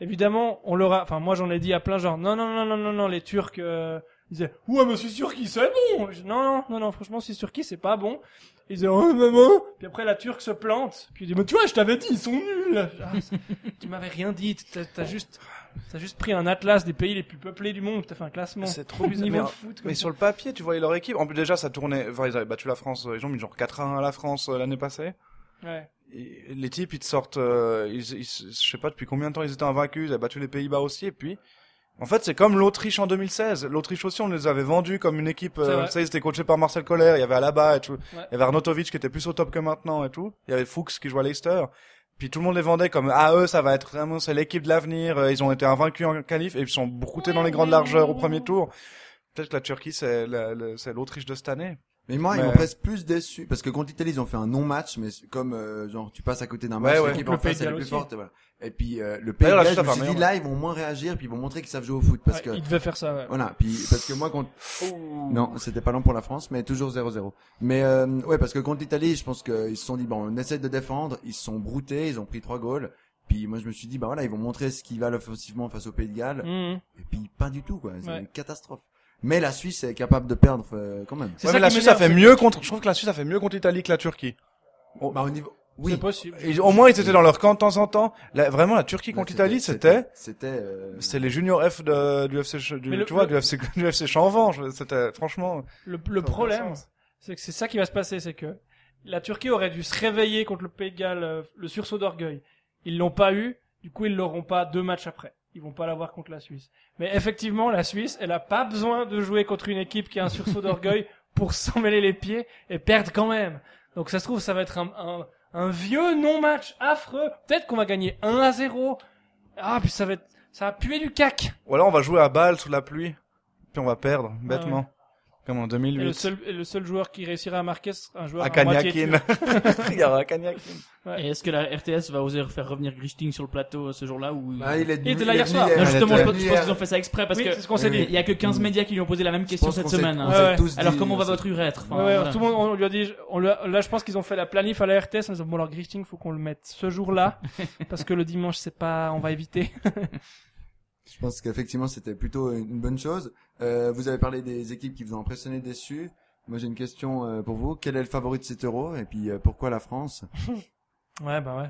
Speaker 1: évidemment, on leur a, enfin, moi j'en ai dit à plein genre, non, non, non, non, non, non, les Turcs, euh, ils disaient, ouais, mais c'est Turquie, c'est bon! Je dis, non, non, non, non, franchement, c'est Turquie, c'est pas bon. Ils disaient, oh, maman! Puis après, la Turque se plante. Puis il dit, mais tu vois, je t'avais dit, ils sont nuls! Ah, c'est- tu m'avais rien dit, t'as t'as juste, t'as juste pris un atlas des pays les plus peuplés du monde, t'as fait un classement.
Speaker 2: C'est trop bizarre.
Speaker 1: Niveau
Speaker 2: Mais,
Speaker 1: de foot, comme
Speaker 2: mais
Speaker 1: ça.
Speaker 2: sur le papier, tu voyais leur équipe. En plus, déjà, ça tournait, enfin, ils avaient battu la France, euh, ils ont mis genre 4 à 1 à la France euh, l'année passée.
Speaker 1: Ouais.
Speaker 2: Et les types, ils te sortent, euh, ils, ils- je sais pas depuis combien de temps ils étaient invaincus, ils avaient battu les Pays-Bas aussi, et puis, en fait, c'est comme l'Autriche en 2016. L'Autriche aussi, on les avait vendus comme une équipe,
Speaker 1: C'est
Speaker 2: euh,
Speaker 1: vrai.
Speaker 2: ça, ils étaient coachés par Marcel Colère, il y avait Alaba et tout.
Speaker 1: Ouais.
Speaker 2: Il y avait Arnautovic qui était plus au top que maintenant et tout. Il y avait Fuchs qui jouait à Leicester. Puis tout le monde les vendait comme ah eux ça va être vraiment c'est l'équipe de l'avenir. euh, Ils ont été invaincus en qualif et ils sont broutés dans les grandes largeurs au premier tour. Peut-être que la Turquie c'est la- le- c'est l'Autriche de cette année.
Speaker 3: Mais moi, ils
Speaker 2: Mais-
Speaker 3: m'ont presque plus déçu parce que contre l'Italie, ils ont fait un non-match, mais c'est comme euh, genre tu passes à côté d'un
Speaker 2: Ouais,
Speaker 3: match,
Speaker 2: ouais.
Speaker 3: l'équipe
Speaker 1: Le
Speaker 3: en
Speaker 1: Pays
Speaker 3: face
Speaker 1: de
Speaker 3: elle est
Speaker 1: Galles
Speaker 3: plus
Speaker 1: aussi.
Speaker 3: forte. et voilà. Et puis euh, le pays de
Speaker 2: D'ailleurs, la
Speaker 3: Galles, je me
Speaker 2: Suisse a
Speaker 3: suis
Speaker 2: fait
Speaker 3: dit là, ils vont moins réagir, puis ils vont montrer qu'ils savent jouer au foot parce que
Speaker 1: Il devait faire ça. ouais.
Speaker 3: voilà. Puis parce que moi, contre non, c'était pas long pour la France, mais toujours 0-0. Mais euh, ouais, parce que contre l'Italie, je pense qu'ils se sont dit bon, on essaie de défendre, ils se sont broutés, ils ont pris trois goals. Puis moi, je me suis dit bah voilà, ils vont montrer ce qu'ils valent offensivement face au Pays de Galles.
Speaker 1: Mhm.
Speaker 3: Et puis pas du tout quoi, c'est
Speaker 1: Ouais.
Speaker 3: une catastrophe. Mais la Suisse est capable de perdre euh, quand même.
Speaker 1: C'est
Speaker 2: Ouais,
Speaker 1: ça
Speaker 2: mais la
Speaker 1: qui
Speaker 2: Suisse a fait
Speaker 1: m'énerve,
Speaker 2: mieux contre. Je trouve que la Suisse a fait mieux contre l'Italie que la Turquie.
Speaker 3: bah au niveau
Speaker 1: c'est-
Speaker 3: oui.
Speaker 1: C'est possible.
Speaker 2: Et au moins ils étaient dans leur camp de temps en temps. La- vraiment la Turquie contre l'Italie c'était
Speaker 3: Bah, c'était euh,
Speaker 2: c'est les juniors F de, du FC ch- du,
Speaker 1: Mais le-
Speaker 2: tu vois
Speaker 1: le-
Speaker 2: du FC du FC Chanvant. Je- C'était franchement.
Speaker 1: Le, le problème, c'est que c'est ça qui va se passer, c'est que la Turquie aurait dû se réveiller contre le Pays de Galles, euh, le sursaut d'orgueil. Ils l'ont pas eu, du coup ils l'auront pas deux matchs après. Ils vont pas l'avoir contre la Suisse. Mais effectivement, la Suisse, elle a pas besoin de jouer contre une équipe qui a un sursaut d'orgueil pour s'en mêler les pieds et perdre quand même. Donc ça se trouve, ça va être un, un, un vieux non-match affreux. Peut-être qu'on va gagner 1 à 0. Ah, puis ça va être, ça va puer du cac.
Speaker 2: Ou alors on va jouer à balle sous la pluie puis on va perdre bêtement
Speaker 1: ouais.
Speaker 2: comme en
Speaker 1: Et le
Speaker 2: 2008.
Speaker 1: seul, et le seul joueur qui réussira à marquer sera un joueur
Speaker 2: À
Speaker 1: à moitié turc.
Speaker 2: Kanyakin. Il y aura Kanyakin.
Speaker 1: Ouais.
Speaker 4: Et est-ce que la RTS va oser faire revenir Gristing sur le plateau euh, ce jour-là ou
Speaker 3: bah, il est
Speaker 1: Il était là hier
Speaker 3: est
Speaker 1: soir.
Speaker 3: venu
Speaker 4: Non,
Speaker 3: hier,
Speaker 4: justement,
Speaker 3: il
Speaker 4: je
Speaker 3: était venu
Speaker 4: pense, je pense
Speaker 3: euh, hier.
Speaker 4: qu'ils ont fait ça exprès parce
Speaker 1: Oui,
Speaker 4: que
Speaker 1: c'est ce qu'on s'est
Speaker 3: Oui,
Speaker 1: dit.
Speaker 4: il y a que 15 médias qui lui ont posé la même
Speaker 3: Mm. Je
Speaker 4: question
Speaker 3: pense
Speaker 4: cette
Speaker 3: qu'on s'est-
Speaker 4: semaine.
Speaker 3: on
Speaker 4: hein.
Speaker 1: Ouais,
Speaker 3: s'est
Speaker 1: ouais.
Speaker 3: tous
Speaker 4: Alors
Speaker 3: dit, euh,
Speaker 4: comment va
Speaker 3: c'est-
Speaker 4: votre E urètre Enfin,
Speaker 1: Ouais, ouais,
Speaker 4: voilà.
Speaker 1: tout le monde, on lui a dit, on lui a- là, je pense qu'ils ont fait la planif à la RTS, en disant, bon, alors, Gristing, faut qu'on le mette ce jour-là, parce que le dimanche, c'est pas, on va éviter.
Speaker 3: Je pense qu'effectivement, c'était plutôt une bonne chose. Euh, vous avez parlé des équipes qui vous ont impressionné, déçu. Moi, j'ai une question euh, pour vous. Quel est le favori de cet Euro et puis euh, pourquoi la France
Speaker 1: Ouais, bah ouais.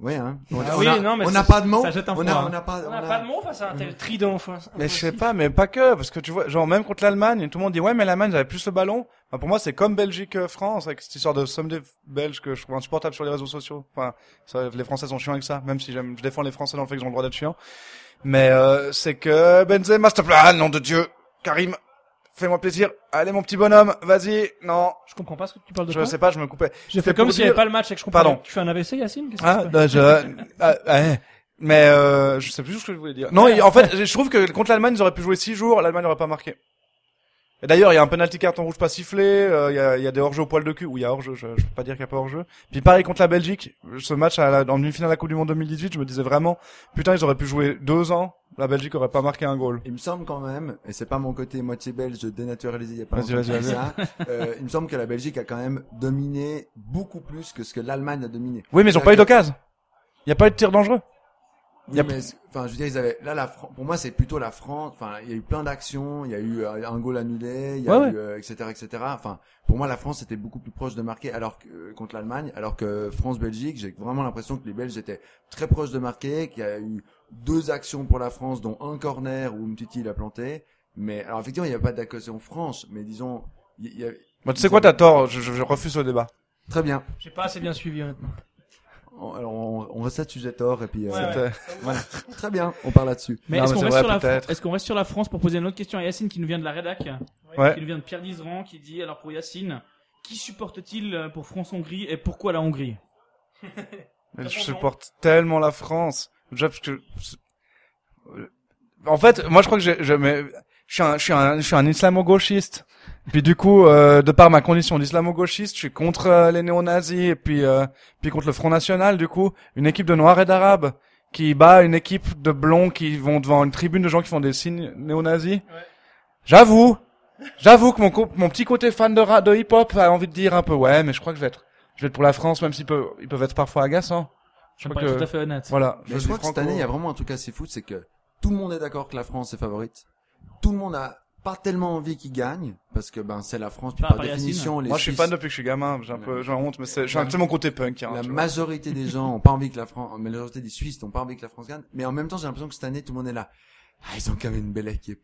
Speaker 3: Ouais, hein. On
Speaker 1: Ah
Speaker 3: on
Speaker 1: oui,
Speaker 3: a-
Speaker 1: non, mais
Speaker 3: on
Speaker 1: ça-
Speaker 3: n'a pas de mots.
Speaker 4: ça jette un
Speaker 3: on
Speaker 4: froid,
Speaker 3: a-
Speaker 4: hein.
Speaker 3: on n'a pas,
Speaker 1: On
Speaker 3: on
Speaker 1: a
Speaker 3: a-
Speaker 1: pas de mots face à un tel trident, enfin. c'est
Speaker 2: Mais je sais
Speaker 1: impossible.
Speaker 2: pas, mais pas que, parce que tu vois, genre même contre l'Allemagne, tout le monde dit ouais, mais l'Allemagne j'avais plus le ballon. Enfin, pour moi, c'est comme Belgique euh, France avec cette histoire de somme des Belges que je trouve insupportable sur les réseaux sociaux. Enfin, ça, les Français sont chiants avec ça, même si j'aime, je défends les Français dans le fait qu'ils ont le droit d'être chiants. Mais euh, c'est que Benzema, s'il te plaît, ah, nom de Dieu, Karim, fais-moi plaisir, allez mon petit bonhomme, vas-y, non,
Speaker 1: Je comprends pas ce que tu parles de
Speaker 2: je
Speaker 1: quoi.
Speaker 2: sais pas, je me coupais.
Speaker 1: J'ai
Speaker 2: C'est
Speaker 1: fait comme
Speaker 2: pour
Speaker 1: s'il n'y avait
Speaker 2: dire-
Speaker 1: pas le match et que je comprenais.
Speaker 2: Pardon.
Speaker 1: Tu fais un AVC, Yacine? Qu'est-ce qui se
Speaker 2: Ah,
Speaker 1: passe
Speaker 2: non, je... ah, ouais. Mais euh, je sais plus ce que je voulais dire. Non, il- en fait, je trouve que contre l'Allemagne, ils auraient pu jouer 6 jours, l'Allemagne n'aurait pas marqué. Et d'ailleurs, il y a un penalty carton rouge pas sifflé, euh, il y, a, il y a des hors-jeux au poil de cul, ou il y a hors-jeu, je, je peux pas dire qu'il n'y a pas hors-jeu. Puis pareil contre la Belgique, ce match à la, en demi-finale de la Coupe du Monde 2018, je me disais vraiment, putain, ils auraient pu jouer 2 ans, la Belgique aurait pas marqué un goal.
Speaker 3: Il me semble quand même, et c'est pas mon côté moitié belge dénaturalisé il y a pas
Speaker 2: Vas-y,
Speaker 3: longtemps
Speaker 2: vas-y,
Speaker 3: que ça, euh, il me semble que la Belgique a quand même dominé beaucoup plus que ce que l'Allemagne a dominé.
Speaker 2: Oui, mais ils ont pas eu d'occasion. Il n'y a pas eu de tir dangereux.
Speaker 3: Oui,
Speaker 2: Y a-
Speaker 3: mais c'est- enfin, je veux dire, ils avaient là la Fran- Pour moi, c'est plutôt la France. Enfin, il y a eu plein d'actions. Il y a eu euh, un goal annulé, il y a
Speaker 2: Ouais,
Speaker 3: eu euh, etc etc. Enfin, pour moi, la France était beaucoup plus proche de marquer, alors que euh, contre l'Allemagne, alors que France Belgique, j'ai vraiment l'impression que les Belges étaient très proches de marquer, qu'il y a eu deux actions pour la France, dont un corner où Umtiti l'a planté. Mais alors effectivement, il n'y a pas d'acquisition France, mais disons, il y a...
Speaker 2: Bah, tu sais quoi, t'as tort, je, je- je refuse le débat.
Speaker 3: très bien.
Speaker 1: J'ai pas assez bien suivi, honnêtement.
Speaker 3: On- Alors, on, on reste à ce sujet tort et puis euh,
Speaker 1: Ouais, ouais.
Speaker 2: C'était-
Speaker 3: voilà, très bien. On part là-dessus.
Speaker 4: Mais
Speaker 2: Non,
Speaker 4: est-ce
Speaker 2: mais
Speaker 4: qu'on
Speaker 2: c'est
Speaker 4: reste,
Speaker 2: vrai,
Speaker 4: sur la Fran-
Speaker 2: peut-être.
Speaker 4: est-ce qu'on reste sur la France pour poser une autre question à Yacine qui nous vient de la rédac
Speaker 2: Ouais.
Speaker 4: Qui nous vient de Pierre Dizeran qui dit alors pour Yacine, qui supporte-t-il euh, pour France-Hongrie et pourquoi la Hongrie
Speaker 2: Mais
Speaker 1: T'as
Speaker 2: Je
Speaker 1: raison.
Speaker 2: supporte tellement la France. Déjà parce que c'est- euh, en fait, moi je crois que j'ai- je mais je suis un je suis un je suis un islamo-gauchiste. Puis du coup, euh, de par ma condition d'islamo-gauchiste, je suis contre euh, les néo-nazis et puis euh, puis contre le Front national du coup, une équipe de noirs et d'arabes qui bat une équipe de blonds qui vont devant une tribune de gens qui font des signes néo-nazis. J'avoue, j'avoue que mon co- mon petit côté fan de ra- de hip-hop a envie de dire un peu ouais, mais je crois que je vais être je vais être pour la France même s'ils peuvent ils peuvent être parfois agaçants.
Speaker 4: Je
Speaker 2: crois
Speaker 4: pas être
Speaker 2: que-
Speaker 4: tout à fait honnête.
Speaker 2: Voilà.
Speaker 3: Mais je
Speaker 2: suis
Speaker 3: crois que cette
Speaker 2: franco.
Speaker 3: année, il y a vraiment un truc assez fou, c'est que tout le monde est d'accord que la France est favorite. Tout le monde a pas tellement envie qu'ils gagnent, parce que ben c'est la France, puis
Speaker 4: Pas
Speaker 3: par
Speaker 4: par Yacine.
Speaker 3: définition, les
Speaker 2: Moi, je suis
Speaker 3: Suisses,
Speaker 2: fan depuis que je suis gamin. J'ai un peu, j'ai honte, mais c'est, j'ai un- c'est mon côté punk. Hein,
Speaker 3: la
Speaker 2: tu vois.
Speaker 3: majorité des gens ont pas envie que la France, la majorité des Suisses n'ont pas envie que la France gagne. Mais en même temps, j'ai l'impression que cette année, tout le monde est là. Ah, ils ont quand même une belle équipe.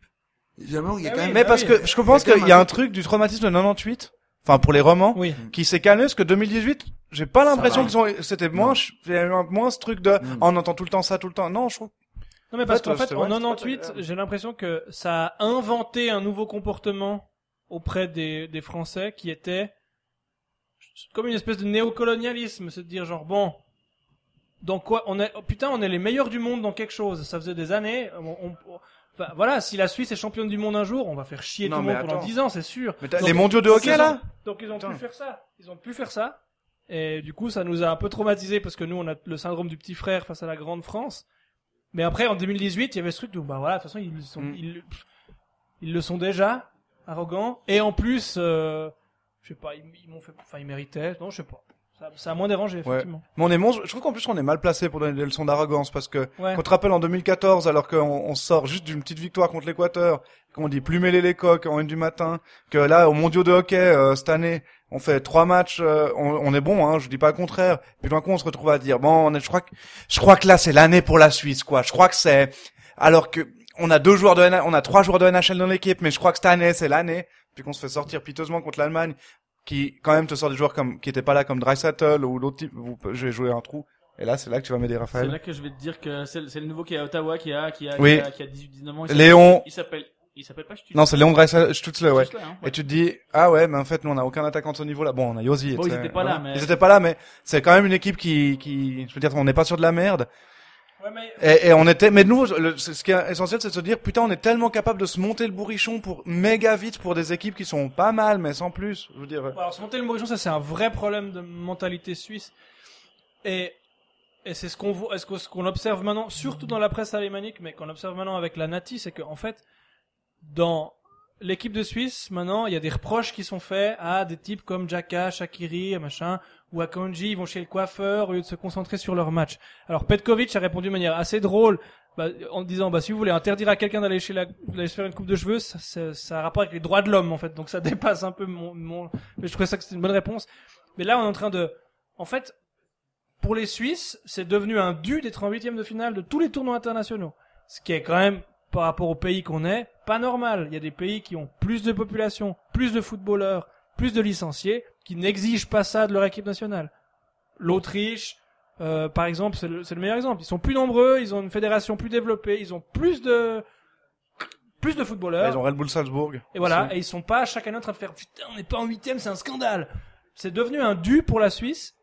Speaker 3: J'ai l'impression qu'il y a
Speaker 1: Eh
Speaker 3: quand
Speaker 1: oui,
Speaker 3: même...
Speaker 2: mais
Speaker 1: bah
Speaker 2: parce
Speaker 1: oui.
Speaker 2: que je pense
Speaker 3: Mais quand
Speaker 2: qu'il Ah y a
Speaker 3: même-
Speaker 2: un truc du traumatisme de 98, enfin pour les romans,
Speaker 1: Oui.
Speaker 2: qui s'est calmé parce que 2018, j'ai pas l'impression
Speaker 3: va.
Speaker 2: qu'ils ont, c'était moins,
Speaker 3: Non.
Speaker 2: je- il y a eu un- moins ce truc de,
Speaker 3: Mm.
Speaker 2: Ah, on entend tout le temps ça, tout le temps. Non, je trouve.
Speaker 1: Non, mais parce
Speaker 2: fait,
Speaker 1: qu'en fait,
Speaker 2: c'est
Speaker 1: en
Speaker 2: vrai, c'est pas très
Speaker 1: 98,
Speaker 2: grave.
Speaker 1: j'ai l'impression que ça a inventé un nouveau comportement auprès des, des Français qui était c'est comme une espèce de néocolonialisme, c'est de dire genre bon, dans quoi on est oh, putain on est les meilleurs du monde dans quelque chose. Ça faisait des années. On, on- on- enfin, voilà, si la Suisse est championne du monde un jour, on va faire chier
Speaker 2: Non,
Speaker 1: tout le monde
Speaker 2: mais
Speaker 1: pendant
Speaker 2: attends.
Speaker 1: 10 ans, c'est sûr.
Speaker 2: Mais t'as
Speaker 1: Donc,
Speaker 2: les mondiaux de hockey
Speaker 1: saison-
Speaker 2: là
Speaker 1: Donc ils ont
Speaker 2: Putain.
Speaker 1: pu faire ça. Ils ont pu faire ça. Et du coup, ça nous a un peu traumatisé parce que nous, on a le syndrome du petit frère face à la grande France. Mais après, en 2018, il y avait ce truc de bah voilà, de toute façon ils sont,
Speaker 2: Mm.
Speaker 1: ils, pff, ils le sont déjà arrogants. Et en plus, euh, je sais pas, ils, ils m'ont fait, enfin ils méritaient. Non, je sais pas. Ça, ça a moins dérangé effectivement.
Speaker 2: Mais on est monstre. Je trouve qu'en plus on est mal placé pour donner des leçons d'arrogance parce que
Speaker 1: Ouais.
Speaker 2: qu'on te rappelle en 2014 alors qu'on on sort juste d'une petite victoire contre l'Équateur, qu'on dit plus mêler les coques en une du matin, que là au mondiaux de hockey euh, cette année on fait trois matchs, euh, on, on est bon, hein, je dis pas le contraire. Puis d'un coup on se retrouve à dire bon, on est, je crois que je crois que là c'est l'année pour la Suisse quoi. Je crois que c'est alors que on a deux joueurs de N- on a trois joueurs de NHL dans l'équipe, mais je crois que cette année c'est l'année. Puis qu'on se fait sortir piteusement contre l'Allemagne qui quand même te sort des joueurs comme qui étaient pas là comme Dreisaitl ou l'autre type. Vous, je vais jouer un trou. Et là c'est là que tu vas m'aider
Speaker 4: C'est
Speaker 2: Raphaël.
Speaker 4: là que je vais te dire que c'est le- c'est le nouveau qui est à Ottawa, qui a, qui a, qui
Speaker 2: Oui.
Speaker 4: a, qui a 18-19 ans. il s'appelle-
Speaker 2: Léon,
Speaker 4: Il s'appelle, il s'appelle pas Stutz.
Speaker 2: non, c'est Léon Dreysa- Stutzle, ouais.
Speaker 4: Stützle, hein,
Speaker 2: Et tu te dis, ah ouais, mais en fait, nous, on a aucun attaquant de ce niveau-là. Bon, on a Yossi.
Speaker 4: Bon,
Speaker 2: tu sais,
Speaker 4: ils étaient pas
Speaker 2: voilà.
Speaker 4: là, mais-
Speaker 2: Ils étaient pas là, mais c'est quand même une équipe qui, qui, je veux dire, on n'est pas sûr de la merde.
Speaker 1: Ouais, mais-
Speaker 2: Et, et on était, mais de nouveau, le- ce ce qui est essentiel, c'est de se dire, putain, on est tellement capable de se monter le bourrichon pour méga vite pour des équipes qui sont pas mal, mais sans plus. Je veux dire,
Speaker 1: Alors, se monter le bourrichon, ça, c'est un vrai problème de mentalité suisse. Et, et c'est ce qu'on voit, est-ce que ce qu'on observe maintenant, surtout dans la presse alémanique, mais qu'on observe maintenant avec la Nati, c'est qu'en fait, dans l'équipe de Suisse, maintenant, il y a des reproches qui sont faits à des types comme Jaka, Shakiri, machin, ou à Kanji, ils vont chez le coiffeur au lieu de se concentrer sur leur match. Alors, Petkovic a répondu de manière assez drôle. bah, en disant bah si vous voulez interdire à quelqu'un d'aller chez la d'aller se faire une coupe de cheveux ça, ça, ça a rapport avec les droits de l'homme en fait donc ça dépasse un peu mon, mon mais je trouvais ça que c'était une bonne réponse. Mais là, on est en train de, en fait, pour les Suisses, c'est devenu un dû d'être en huitième de finale de tous les tournois internationaux. Ce qui est quand même, par rapport au pays qu'on est, pas normal. Il y a des pays qui ont plus de population, plus de footballeurs, plus de licenciés, qui n'exigent pas ça de leur équipe nationale. L'Autriche, euh, par exemple, c'est le, c'est le meilleur exemple. Ils sont plus nombreux, ils ont une fédération plus développée, ils ont plus de, plus de footballeurs.
Speaker 2: Bah, ils ont Red Bull Salzbourg.
Speaker 1: Et voilà, et ils sont pas chaque année en train de faire putain, on n'est pas en huitième, c'est un scandale. C'est devenu un dû pour la Suisse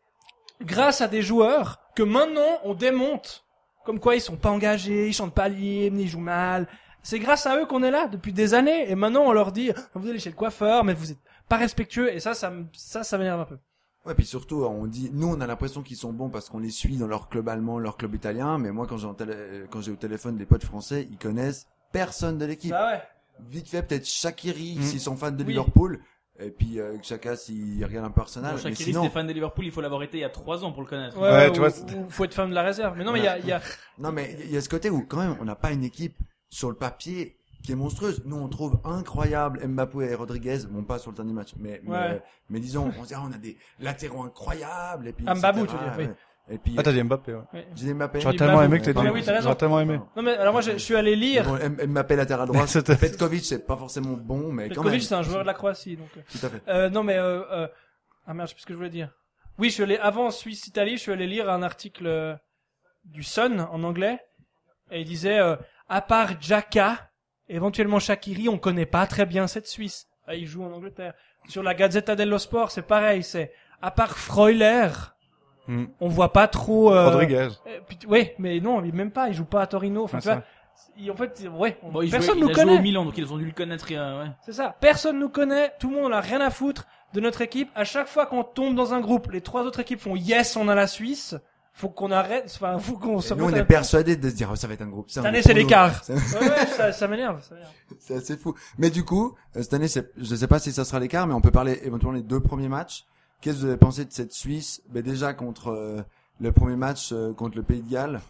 Speaker 1: grâce à des joueurs que maintenant on démonte. Comme quoi ils sont pas engagés, ils chantent pas l'hymne, ils jouent mal. C'est grâce à eux qu'on est là depuis des années et maintenant on leur dit vous allez chez le coiffeur mais vous êtes pas respectueux et ça ça me- ça ça m'énerve un peu.
Speaker 3: Ouais, puis surtout, on dit, nous, on a l'impression qu'ils sont bons parce qu'on les suit dans leur club allemand, leur club italien, mais moi, quand j'ai en télé- quand j'ai au téléphone des potes français, ils connaissent personne de l'équipe.
Speaker 1: Bah ouais.
Speaker 3: Vite fait, peut-être Shakiri,
Speaker 2: Mm.
Speaker 3: s'ils sont fans de
Speaker 1: Oui.
Speaker 3: Liverpool, et puis euh, Chaka, s'il regarde un personnage,
Speaker 4: Bon,
Speaker 3: mais
Speaker 4: Shakiri,
Speaker 3: sinon,
Speaker 4: c'était fan de Liverpool, il faut l'avoir été il y a 3 ans pour le connaître.
Speaker 1: Ouais,
Speaker 2: Ouais,
Speaker 1: ouais,
Speaker 2: tu
Speaker 1: ou-
Speaker 2: vois, c'était-
Speaker 1: ou faut être fan de la réserve. Mais non mais il y a, il y a
Speaker 3: non, mais il y a ce côté où, quand même, on n'a pas une équipe sur le papier qui est monstrueuse. Nous, on trouve incroyable Mbappé et Rodriguez, bon, pas sur le dernier match, mais, mais,
Speaker 1: Ouais.
Speaker 3: mais disons, on se dit, ah, on a des latéraux incroyables, et puis,
Speaker 1: Ah, Mbappé,
Speaker 3: etc.,
Speaker 1: tu veux dire, oui.
Speaker 3: ouais. Et puis,
Speaker 2: Ah, t'as dit Mbappé, ouais.
Speaker 3: j'ai Mbappé.
Speaker 2: J'aurais
Speaker 1: dit
Speaker 2: tellement
Speaker 1: Mbappé.
Speaker 2: aimé que t'aies
Speaker 1: Non,
Speaker 2: dit.
Speaker 1: mais oui, t'as raison.
Speaker 2: J'aurais tellement aimé.
Speaker 1: Non mais alors moi je, je suis allé
Speaker 3: Mais
Speaker 1: lire
Speaker 3: Bon, elle, elle m'appelle à terre à droite.
Speaker 2: C'était-
Speaker 3: Petkovic, c'est pas forcément bon, mais quand même.
Speaker 1: Petkovic c'est un joueur de la Croatie donc euh,
Speaker 3: Tout à fait.
Speaker 1: Euh, non, mais euh, euh, ah merde, je sais plus ce que je voulais dire. Oui, je suis allé avant Suisse Italie, je suis allé lire un article euh, du Sun en anglais et il disait euh, à part Jaka, éventuellement Shakiri, on connaît pas très bien cette Suisse. Ah, il joue en Angleterre. Sur la Gazzetta dello Sport, c'est pareil, c'est à part Freuler,
Speaker 2: Hmm.
Speaker 1: on voit pas trop. Euh,
Speaker 2: Rodriguez.
Speaker 1: euh, puis- ouais, mais non, il- même pas, il joue pas à Torino. Enfin,
Speaker 2: Ah,
Speaker 1: tu vois, il- en fait, ouais, on-
Speaker 4: Bon, il jouait-
Speaker 1: personne
Speaker 4: il
Speaker 1: nous
Speaker 4: a joué
Speaker 1: connaît.
Speaker 4: au Milan, donc ils ont dû le connaître. euh, ouais.
Speaker 1: C'est ça. Personne nous connaît. Tout le monde n'a rien à foutre de notre équipe. À chaque fois qu'on tombe dans un groupe, les trois autres équipes font yes, on a la Suisse. Faut qu'on arrête. Enfin, faut qu'on se
Speaker 3: Et nous, on
Speaker 1: remette à-
Speaker 3: est persuadés de se dire, oh, ça va être un groupe.
Speaker 1: Cette année, c'est l'écart.
Speaker 3: C'est-
Speaker 1: Ouais, ouais, ça, ça m'énerve. ça m'énerve.
Speaker 3: C'est assez fou. Mais du coup, euh, cette année, c'est- je sais pas si ça sera l'écart, mais on peut parler éventuellement des deux premiers matchs. Qu'est-ce que vous avez pensé de cette Suisse? Ben, déjà, contre euh, le premier match, euh, contre le Pays de Galles.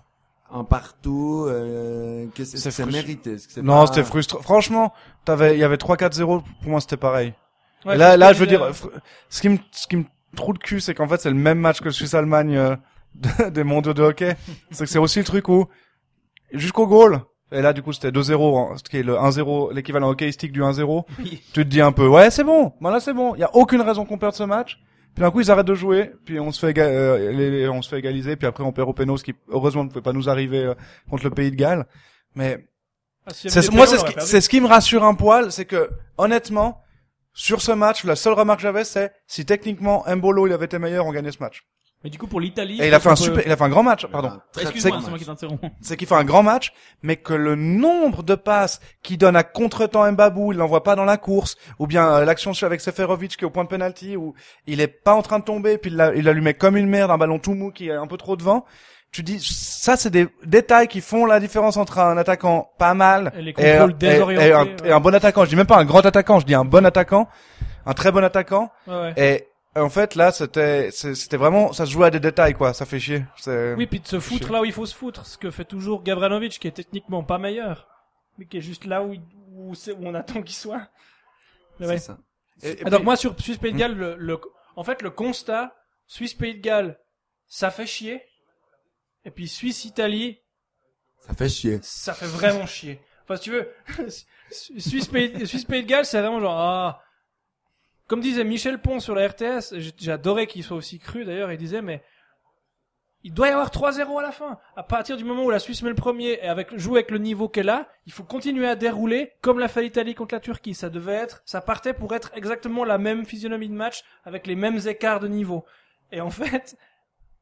Speaker 3: Un partout, euh, qu'est-ce que
Speaker 2: C'est
Speaker 3: c'est
Speaker 2: frustr-
Speaker 3: mérité? Est-ce que c'est
Speaker 2: Non,
Speaker 3: pas-
Speaker 2: c'était frustrant. Franchement, t'avais, il y avait 3-4-0, pour moi c'était pareil.
Speaker 1: Ouais,
Speaker 2: Et là,
Speaker 1: c'est
Speaker 2: là,
Speaker 1: ce
Speaker 2: je veux
Speaker 1: que euh,
Speaker 2: dire,
Speaker 1: disais.
Speaker 2: fr- ce qui me, ce qui me trouve le cul, c'est qu'en fait, c'est le même match que le Suisse-Allemagne euh, de- des mondiaux de hockey. c'est que c'est aussi le truc où, jusqu'au goal, et là, du coup, c'était 2-0, hein, ce qui est le 1-0, l'équivalent hockeyistique du 1-0.
Speaker 4: Oui.
Speaker 2: tu te dis un peu, ouais, c'est bon, ben là, c'est bon. Il y a aucune raison qu'on perde ce match. Puis d'un coup, ils arrêtent de jouer, puis on se fait, éga- euh, les- les- on se fait égaliser, puis après, on perd au péno, ce qui, heureusement, ne pouvait pas nous arriver euh, contre le Pays de Galles. Mais
Speaker 1: Ah, s'il y avait
Speaker 2: c'est-
Speaker 1: des pénaux,
Speaker 2: moi,
Speaker 1: on
Speaker 2: c'est ce,
Speaker 1: aurait
Speaker 2: qui,
Speaker 1: perdu.
Speaker 2: c'est ce qui me rassure un poil, c'est que, honnêtement, Sur ce match, la seule remarque que j'avais, c'est si techniquement Mbolo il avait été meilleur, on gagnait ce match.
Speaker 4: Mais du coup, pour l'Italie.
Speaker 2: Et il a fait un super, il a fait un grand match,
Speaker 3: Ah.
Speaker 2: pardon.
Speaker 4: Excuse-moi, c'est moi qui t'interromps.
Speaker 2: C'est qu'il fait un grand match, mais que le nombre de passes qu'il donne à contre-temps Mbabou, il l'envoie pas dans la course, ou bien euh, l'action avec Seferovic qui est au point de penalty, où il est pas en train de tomber, puis il l'a- il la lui met comme une merde, un ballon tout mou qui est un peu trop devant. Tu dis, ça c'est des détails qui font la différence entre un attaquant pas mal
Speaker 1: Et les
Speaker 2: et,
Speaker 1: contrôles
Speaker 2: et-
Speaker 1: désorientés.
Speaker 2: et un,
Speaker 1: ouais.
Speaker 2: et un bon attaquant. Je dis même pas un grand attaquant, je dis un bon attaquant, un très bon attaquant.
Speaker 1: Ouais, ouais.
Speaker 2: Et en fait, là, c'était, c'est- c'était vraiment, ça se jouait à des détails, quoi. Ça fait chier. C'est-
Speaker 1: Oui, puis de se foutre là où il faut se foutre, ce que fait toujours Gavranovic, qui est techniquement pas meilleur, mais qui est juste là où, il- où, c'est- où on attend qu'il soit. Mais ouais.
Speaker 3: C'est ça.
Speaker 2: Et- et
Speaker 1: Ah, donc
Speaker 2: puis-
Speaker 1: moi sur Suisse Pays de Galles, le, le- en fait le constat, Suisse Pays de Galles, ça fait chier, et puis Suisse Italie,
Speaker 3: Ça fait chier.
Speaker 1: ça fait vraiment chier. Enfin si tu veux, Suisse Pays Suisse Pays de Galles, c'est vraiment genre ah. Comme disait Michel Pont sur la RTS, et j'ai- j'adorais qu'il soit aussi cru d'ailleurs, il disait mais il doit y avoir 3-0 à la fin. À partir du moment où la Suisse met le premier et avec joue avec le niveau qu'elle a, il faut continuer à dérouler comme l'a fait l'Italie contre la Turquie. Ça devait être, ça partait pour être exactement la même physionomie de match avec les mêmes écarts de niveau. Et en fait,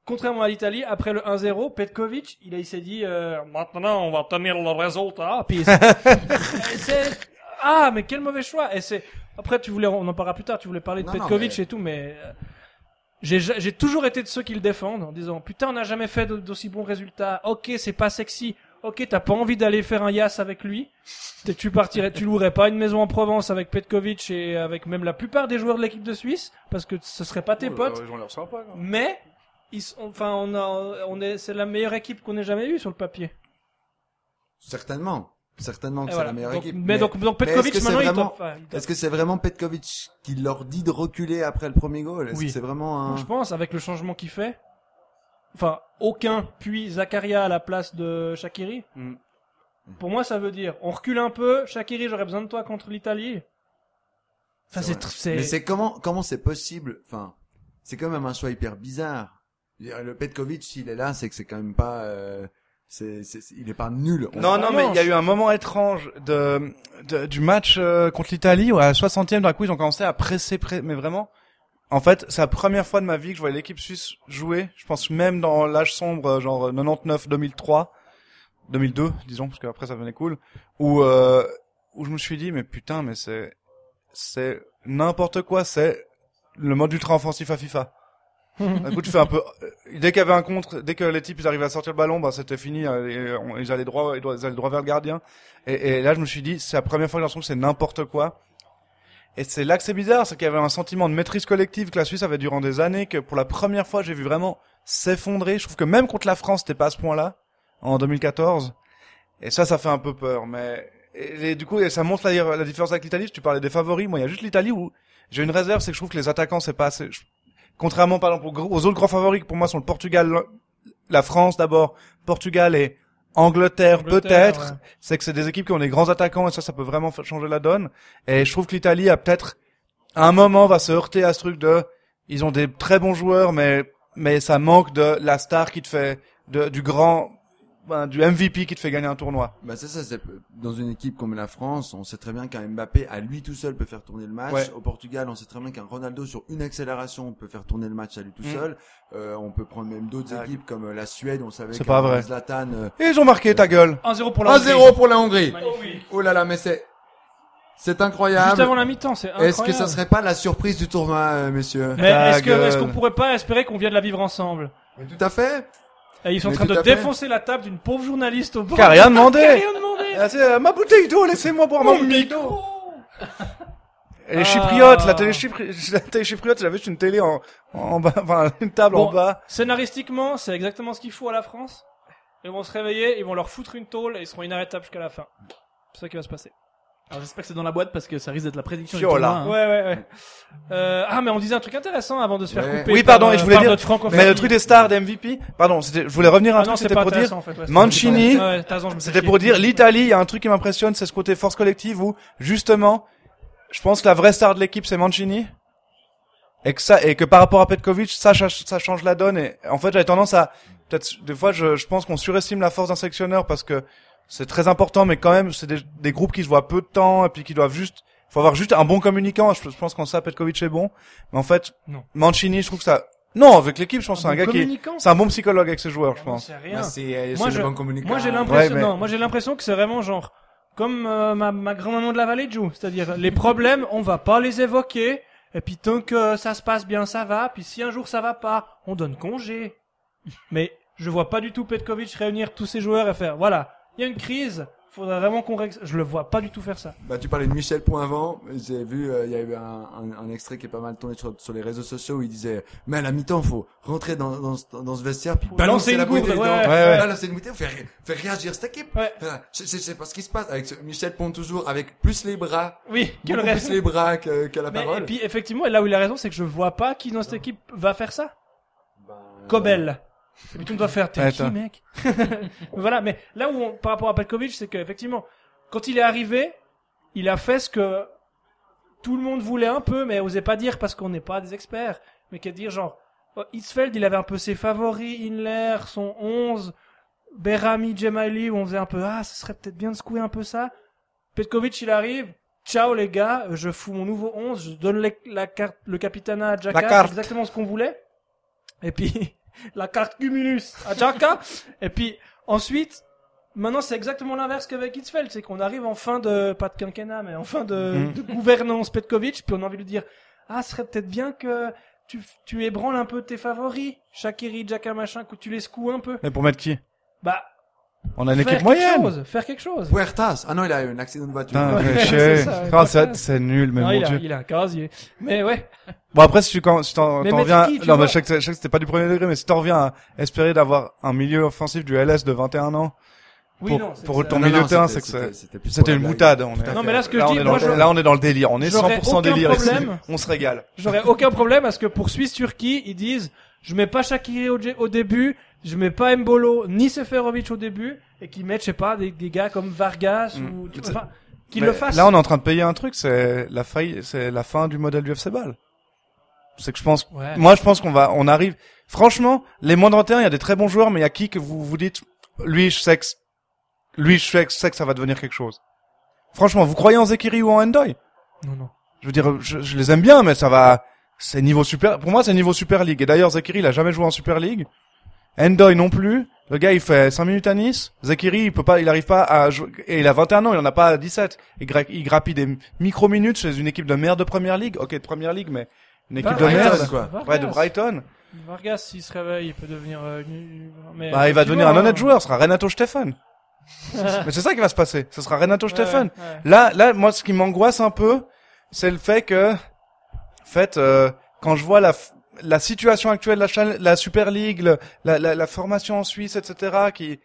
Speaker 1: contrairement à l'Italie, après le 1-0, Petkovic, il, a- il s'est dit euh, maintenant on va tenir le résultat. Ah, Puis c'est- c'est- ah mais quel mauvais choix. Et c'est après tu voulais, on en parlera plus tard. Tu voulais parler de
Speaker 3: Non, non,
Speaker 1: Petkovic
Speaker 3: mais-
Speaker 1: et tout, mais euh, j'ai ja- j'ai toujours été de ceux qui le défendent en disant putain on n'a jamais fait d'aussi d'aussi bons résultats. Ok c'est pas sexy. Ok t'as pas envie d'aller faire un yass avec lui. T'es- Tu partirais, tu louerais pas une maison en Provence avec Petkovic et avec même la plupart des joueurs de l'équipe de Suisse parce que ce serait pas tes
Speaker 2: Oh,
Speaker 1: potes.
Speaker 2: euh, j'en ai reçu un pas, quoi.
Speaker 1: Mais ils sont, enfin on a, on est, c'est la meilleure équipe qu'on ait jamais eue sur le papier.
Speaker 3: Certainement. Certainement que
Speaker 1: Et
Speaker 3: c'est
Speaker 1: voilà.
Speaker 3: la meilleure
Speaker 1: Donc-
Speaker 3: équipe.
Speaker 1: Mais, donc, donc
Speaker 3: mais est-ce
Speaker 1: Petkovic
Speaker 3: que c'est
Speaker 1: maintenant il
Speaker 3: vraiment-
Speaker 1: top. enfin, il top.
Speaker 3: Est-ce que c'est vraiment Petkovic qui leur dit de reculer après le premier goal Est-ce
Speaker 1: Oui.
Speaker 3: que c'est vraiment un...
Speaker 1: Je pense avec le changement qu'il fait. Enfin aucun puis Zakaria à la place de Shakiri.
Speaker 2: Mm.
Speaker 1: Pour moi ça veut dire on recule un peu. Shakiri j'aurais besoin de toi contre l'Italie. Enfin
Speaker 3: C'est
Speaker 1: c'est
Speaker 3: vrai.
Speaker 1: tr-
Speaker 3: Mais
Speaker 1: c'est
Speaker 3: c'est comment comment c'est possible Enfin, c'est quand même un choix hyper bizarre. Je veux dire, Le Petkovic, s'il est là, c'est que c'est quand même pas, euh, c'est, c'est, c'est- il est pas nul. On-
Speaker 2: Non,
Speaker 1: Ah
Speaker 2: non,
Speaker 1: non,
Speaker 2: mais il y a
Speaker 1: je-
Speaker 2: eu un moment étrange de, de- du match euh, contre l'Italie où à la 60e, d'un coup, ils ont commencé à presser, pré- mais vraiment. En fait, c'est la première fois de ma vie que je voyais l'équipe suisse jouer. Je pense même dans l'âge sombre, euh, genre 99, 2003, 2002, disons, parce qu'après ça devenait cool, où euh, où je me suis dit, mais putain, mais c'est c'est n'importe quoi, c'est le mode ultra offensif à FIFA. Du coup, tu fais un peu. euh, Dès qu'il y avait un contre, dès que les types ils arrivaient à sortir le ballon, bah c'était fini. euh, et on- Ils allaient droit, ils doivent- ils allaient droit vers le gardien. Et, et là, je me suis dit, c'est la première fois que j'ai l'impression que c'est n'importe quoi. Et c'est là que c'est bizarre, c'est qu'il y avait un sentiment de maîtrise collective que la Suisse avait durant des années, que pour la première fois, j'ai vu vraiment s'effondrer. Je trouve que même contre la France, c'était pas à ce point-là en 2014. Et ça, ça fait un peu peur. Mais et, et du coup, et ça montre la, la différence avec l'Italie. Tu parlais des favoris. Moi, il y a juste l'Italie où j'ai une réserve, c'est que je trouve que les attaquants, c'est pas assez. je- Contrairement, par exemple, aux, gros- aux autres grands favoris qui pour moi sont le Portugal, le- la France d'abord, Portugal et Angleterre,
Speaker 1: Angleterre,
Speaker 2: peut-être.
Speaker 1: ouais.
Speaker 2: C'est que c'est des équipes qui ont des grands attaquants et ça, ça peut vraiment fa- changer la donne. Et je trouve que l'Italie a peut-être, à un moment, va se heurter à ce truc de, ils ont des très bons joueurs, mais, mais ça manque de la star qui te fait, de, du grand, ben, du MVP qui te fait gagner un tournoi.
Speaker 3: Bah c'est ça, c'est dans une équipe comme la France, on sait très bien qu'un Mbappé à lui tout seul peut faire tourner le match.
Speaker 2: Ouais.
Speaker 3: Au Portugal, on sait très bien qu'un Ronaldo sur une accélération peut faire tourner le match à lui tout
Speaker 2: Mm.
Speaker 3: seul. Euh, on peut prendre même d'autres
Speaker 2: Ah,
Speaker 3: équipes comme euh, la Suède, on savait
Speaker 2: C'est pas
Speaker 3: qu'un
Speaker 2: vrai.
Speaker 3: Zlatan euh,
Speaker 2: Et ils ont marqué ta gueule.
Speaker 1: 1-0 pour la Hongrie.
Speaker 3: 1-0 pour la Hongrie.
Speaker 1: Magnifique.
Speaker 3: Oh là là, mais c'est c'est
Speaker 2: Ah,
Speaker 1: Juste avant
Speaker 3: incroyable.
Speaker 1: la mi-temps, c'est incroyable.
Speaker 3: Est-ce que ça serait pas la surprise du tournoi, euh, messieurs
Speaker 1: Mais
Speaker 2: Ta
Speaker 1: est-ce que est-ce qu'on
Speaker 2: gueule.
Speaker 1: pourrait pas espérer qu'on vienne la vivre ensemble
Speaker 3: Tout à fait.
Speaker 1: Et ils sont en
Speaker 3: Mais
Speaker 1: train
Speaker 3: tout
Speaker 1: de
Speaker 3: à fait.
Speaker 1: défoncer la table d'une pauvre journaliste au bord.
Speaker 2: Qui a rien demandé.
Speaker 1: Qui a rien demandé.
Speaker 2: Ah, c'est, euh, ma bouteille d'eau, laissez-moi boire mon bouteille d'eau. Et les Chypriotes, la télé, Chypri... la télé Chypriote, j'avais juste une télé en, en bas, enfin, une table
Speaker 1: Bon.
Speaker 2: en bas.
Speaker 1: Scénaristiquement, c'est exactement ce qu'il faut à la France. Ils vont se réveiller, ils vont leur foutre une tôle et ils seront inarrêtables jusqu'à la fin. C'est ça qui va se passer.
Speaker 4: Alors j'espère que c'est dans la boîte parce que ça risque d'être la prédiction
Speaker 2: Fiola.
Speaker 4: du
Speaker 1: Ouais,
Speaker 4: tournoi. hein.
Speaker 1: ouais, ouais. Euh, ah, mais on disait un truc intéressant avant de se faire
Speaker 3: Ouais.
Speaker 1: couper.
Speaker 2: Oui, pardon,
Speaker 1: par, euh,
Speaker 2: et je voulais
Speaker 1: par
Speaker 2: dire-
Speaker 1: notre francophonie.
Speaker 2: Mais le truc des stars, des MVP, pardon, c'était, je voulais revenir à un
Speaker 1: Ah
Speaker 2: truc,
Speaker 1: non, c'est
Speaker 2: c'était
Speaker 1: pas
Speaker 2: pour
Speaker 1: intéressant
Speaker 2: dire,
Speaker 1: en fait. ouais, c'est-
Speaker 2: Mancini,
Speaker 1: Ouais, t'as raison, je me fais
Speaker 2: C'était
Speaker 1: chier.
Speaker 2: pour dire l'Italie, il y a un truc qui m'impressionne, c'est ce côté force collective où justement, je pense que la vraie star de l'équipe c'est Mancini. Et que ça et que par rapport à Petkovic, ça cha- ça change la donne et en fait, j'avais tendance à peut-être des fois je, je pense qu'on surestime la force d'un sélectionneur parce que c'est très important mais quand même c'est des, des groupes qui se voient peu de temps et puis qui doivent juste faut avoir juste un bon communicant. Je je pense qu'en ça, Petkovic est bon. Mais en fait,
Speaker 1: Non.
Speaker 2: Mancini, je trouve que ça, non, avec l'équipe, je pense que c'est un
Speaker 1: Bon
Speaker 2: gars qui,
Speaker 1: communicant,
Speaker 2: c'est un bon psychologue avec ses joueurs, je
Speaker 1: j'en
Speaker 2: pense.
Speaker 1: sais rien.
Speaker 3: Bah, c'est
Speaker 1: Moi,
Speaker 3: c'est
Speaker 1: je-
Speaker 3: le bon communicant.
Speaker 1: Moi j'ai l'impression,
Speaker 2: Ouais, mais-
Speaker 1: non, moi j'ai l'impression que c'est vraiment genre comme euh, ma, ma grand-maman de la vallée Joe, c'est-à-dire les problèmes, on va pas les évoquer. Et puis tant que ça se passe bien, ça va. Puis si un jour ça va pas, on donne congé. Mais je vois pas du tout Petkovic réunir tous ses joueurs et faire voilà, il y a une crise, faudrait vraiment qu'on règle. ça. Je le vois pas du tout faire ça.
Speaker 3: Bah, tu parlais de Michel Poinvent. J'ai vu, euh, il y a eu un, un- un extrait qui est pas mal tourné sur, sur les réseaux sociaux où il disait, mais à la mi-temps, faut rentrer dans, dans, ce- dans ce vestiaire puis
Speaker 1: Faut lancer
Speaker 3: balancer
Speaker 1: une
Speaker 3: la bouteille
Speaker 1: gourde,
Speaker 3: dedans.
Speaker 1: ouais,
Speaker 2: ouais.
Speaker 3: Balancer une bouteille, faire, ré- faire réagir cette équipe.
Speaker 1: Ouais.
Speaker 3: Voilà. C'est- C'est c'est pas ce qui se passe avec ce- Michel Pont toujours avec plus les bras,
Speaker 1: Oui, quel
Speaker 3: beaucoup
Speaker 1: reste.
Speaker 3: plus les bras que, que la
Speaker 1: Mais,
Speaker 3: parole.
Speaker 1: et puis effectivement, et là où il a raison, c'est que je vois pas qui dans cette équipe va faire ça.
Speaker 3: Ben,
Speaker 1: Cobel. Et puis tout le monde doit faire, t'es
Speaker 2: Ouais,
Speaker 1: qui,
Speaker 2: toi.
Speaker 1: mec? voilà, mais là où on, par rapport à Petkovic, c'est qu'effectivement, quand il est arrivé, il a fait ce que tout le monde voulait un peu, mais osait pas dire parce qu'on n'est pas des experts, mais qu'à dire genre, oh, Hitzfeld, il avait un peu ses favoris, Inler, son 11, Berami, Gemali, où on faisait un peu, ah, ce serait peut-être bien de secouer un peu ça. Petkovic, il arrive, ciao les gars, euh, je fous mon nouveau 11, je donne les- la carte, le capitana à Jacka,
Speaker 2: carte.
Speaker 1: c'est exactement ce qu'on voulait. Et puis, la carte Cumulus à Jacka. Et puis, ensuite, maintenant c'est exactement l'inverse qu'avec Hitzfeld, c'est qu'on arrive en fin de, pas de quinquennat, mais en fin de,
Speaker 2: Mm.
Speaker 1: de gouvernance Petkovic, puis on a envie de lui dire, ah, ce serait peut-être bien que tu, tu ébranles un peu tes favoris, Shakiri, Jacka, machin, que tu les secoues un peu.
Speaker 2: Mais pour mettre qui?
Speaker 1: Bah,
Speaker 2: On a
Speaker 1: faire
Speaker 2: une équipe
Speaker 1: quelque
Speaker 2: moyenne.
Speaker 1: chose, faire quelque chose.
Speaker 3: Puertas. Ah non, il a eu un accident de voiture.
Speaker 2: Putain,
Speaker 1: Ouais,
Speaker 2: mais
Speaker 1: c'est
Speaker 2: chier.
Speaker 1: ça, ouais.
Speaker 2: Ah, c'est c'est nul, mais
Speaker 1: non,
Speaker 2: mon
Speaker 1: il, a,
Speaker 2: dieu.
Speaker 1: il a un casier. Mais ouais.
Speaker 2: Bon après si tu quand si t'en
Speaker 1: Mais
Speaker 2: t'en
Speaker 1: mettez
Speaker 2: reviens
Speaker 1: qui, tu
Speaker 2: non
Speaker 1: vois
Speaker 2: mais je sais que c'est- je sais que c'était pas du premier degré mais si t'en reviens à espérer d'avoir un milieu offensif du LS de 21 ans
Speaker 1: Oui,
Speaker 2: pour,
Speaker 1: non, c'est-
Speaker 2: pour
Speaker 1: c'est-
Speaker 2: ton
Speaker 3: Non,
Speaker 2: milieu
Speaker 3: non,
Speaker 2: de terrain c'est
Speaker 3: c'était-
Speaker 2: que c'est-
Speaker 3: c'était plus
Speaker 2: c'était
Speaker 3: pour
Speaker 2: une
Speaker 3: la blague.
Speaker 2: boutade on est
Speaker 1: Non, mais là, ce que je
Speaker 2: on
Speaker 1: dis,
Speaker 2: est
Speaker 1: moi,
Speaker 2: dans, le-
Speaker 1: je-
Speaker 2: là on est dans le délire on est
Speaker 1: j'aurais
Speaker 2: 100%
Speaker 1: aucun
Speaker 2: délire ici.
Speaker 1: problème.
Speaker 2: on se régale
Speaker 1: J'aurais aucun problème à ce que pour Suisse-Turquie, ils disent, je mets pas Shakiri au, dé- au début, je mets pas Mbolo, ni Seferovic au début, et qu'ils mettent, je sais pas, des, des gars comme Vargas,
Speaker 2: Mm.
Speaker 1: ou, tu
Speaker 2: Mais
Speaker 1: enfin, qu'ils
Speaker 2: Mais
Speaker 1: le fassent.
Speaker 2: là on est en train de payer un truc c'est la faille c'est la fin du modèle du FC Ball c'est que je pense
Speaker 1: Ouais.
Speaker 2: moi je pense qu'on va on arrive franchement les moins de 21 il y a des très bons joueurs mais il y a qui que vous vous dites lui je sais que lui je sais que- je sais que ça va devenir quelque chose franchement vous croyez en Zekiri ou en Endoy
Speaker 1: Non, non.
Speaker 2: je veux dire, je, je les aime bien, mais ça va. C'est niveau super. Pour moi, c'est niveau Super League. Et d'ailleurs, Zakiri, il a jamais joué en Super League. Endoy non plus. Le gars, il fait 5 minutes à Nice. Zakiri, il peut pas, il arrive pas à jouer. Et il a 21 ans, il en a pas 17. Il, gra- il grappille des micro minutes chez une équipe de merde de Première Ligue. Ok, de Première Ligue, mais une équipe de
Speaker 1: Vargas,
Speaker 2: merde.
Speaker 3: quoi.
Speaker 1: Vargas.
Speaker 2: Ouais, de Brighton.
Speaker 1: Vargas, s'il se réveille, il peut devenir, euh, nu- mais
Speaker 2: Bah, il va devenir un
Speaker 1: effectivement,
Speaker 2: honnête
Speaker 1: hein.
Speaker 2: joueur. Ce sera Renato Stefan. mais c'est ça qui va se passer. Ce sera Renato Stefan.
Speaker 1: Ouais, ouais.
Speaker 2: Là, là, moi, ce qui m'angoisse un peu, c'est le fait que, en fait, euh, quand je vois la, f- la situation actuelle, de la, cha- la Super League, le- la, la, la formation en Suisse, etc., qui,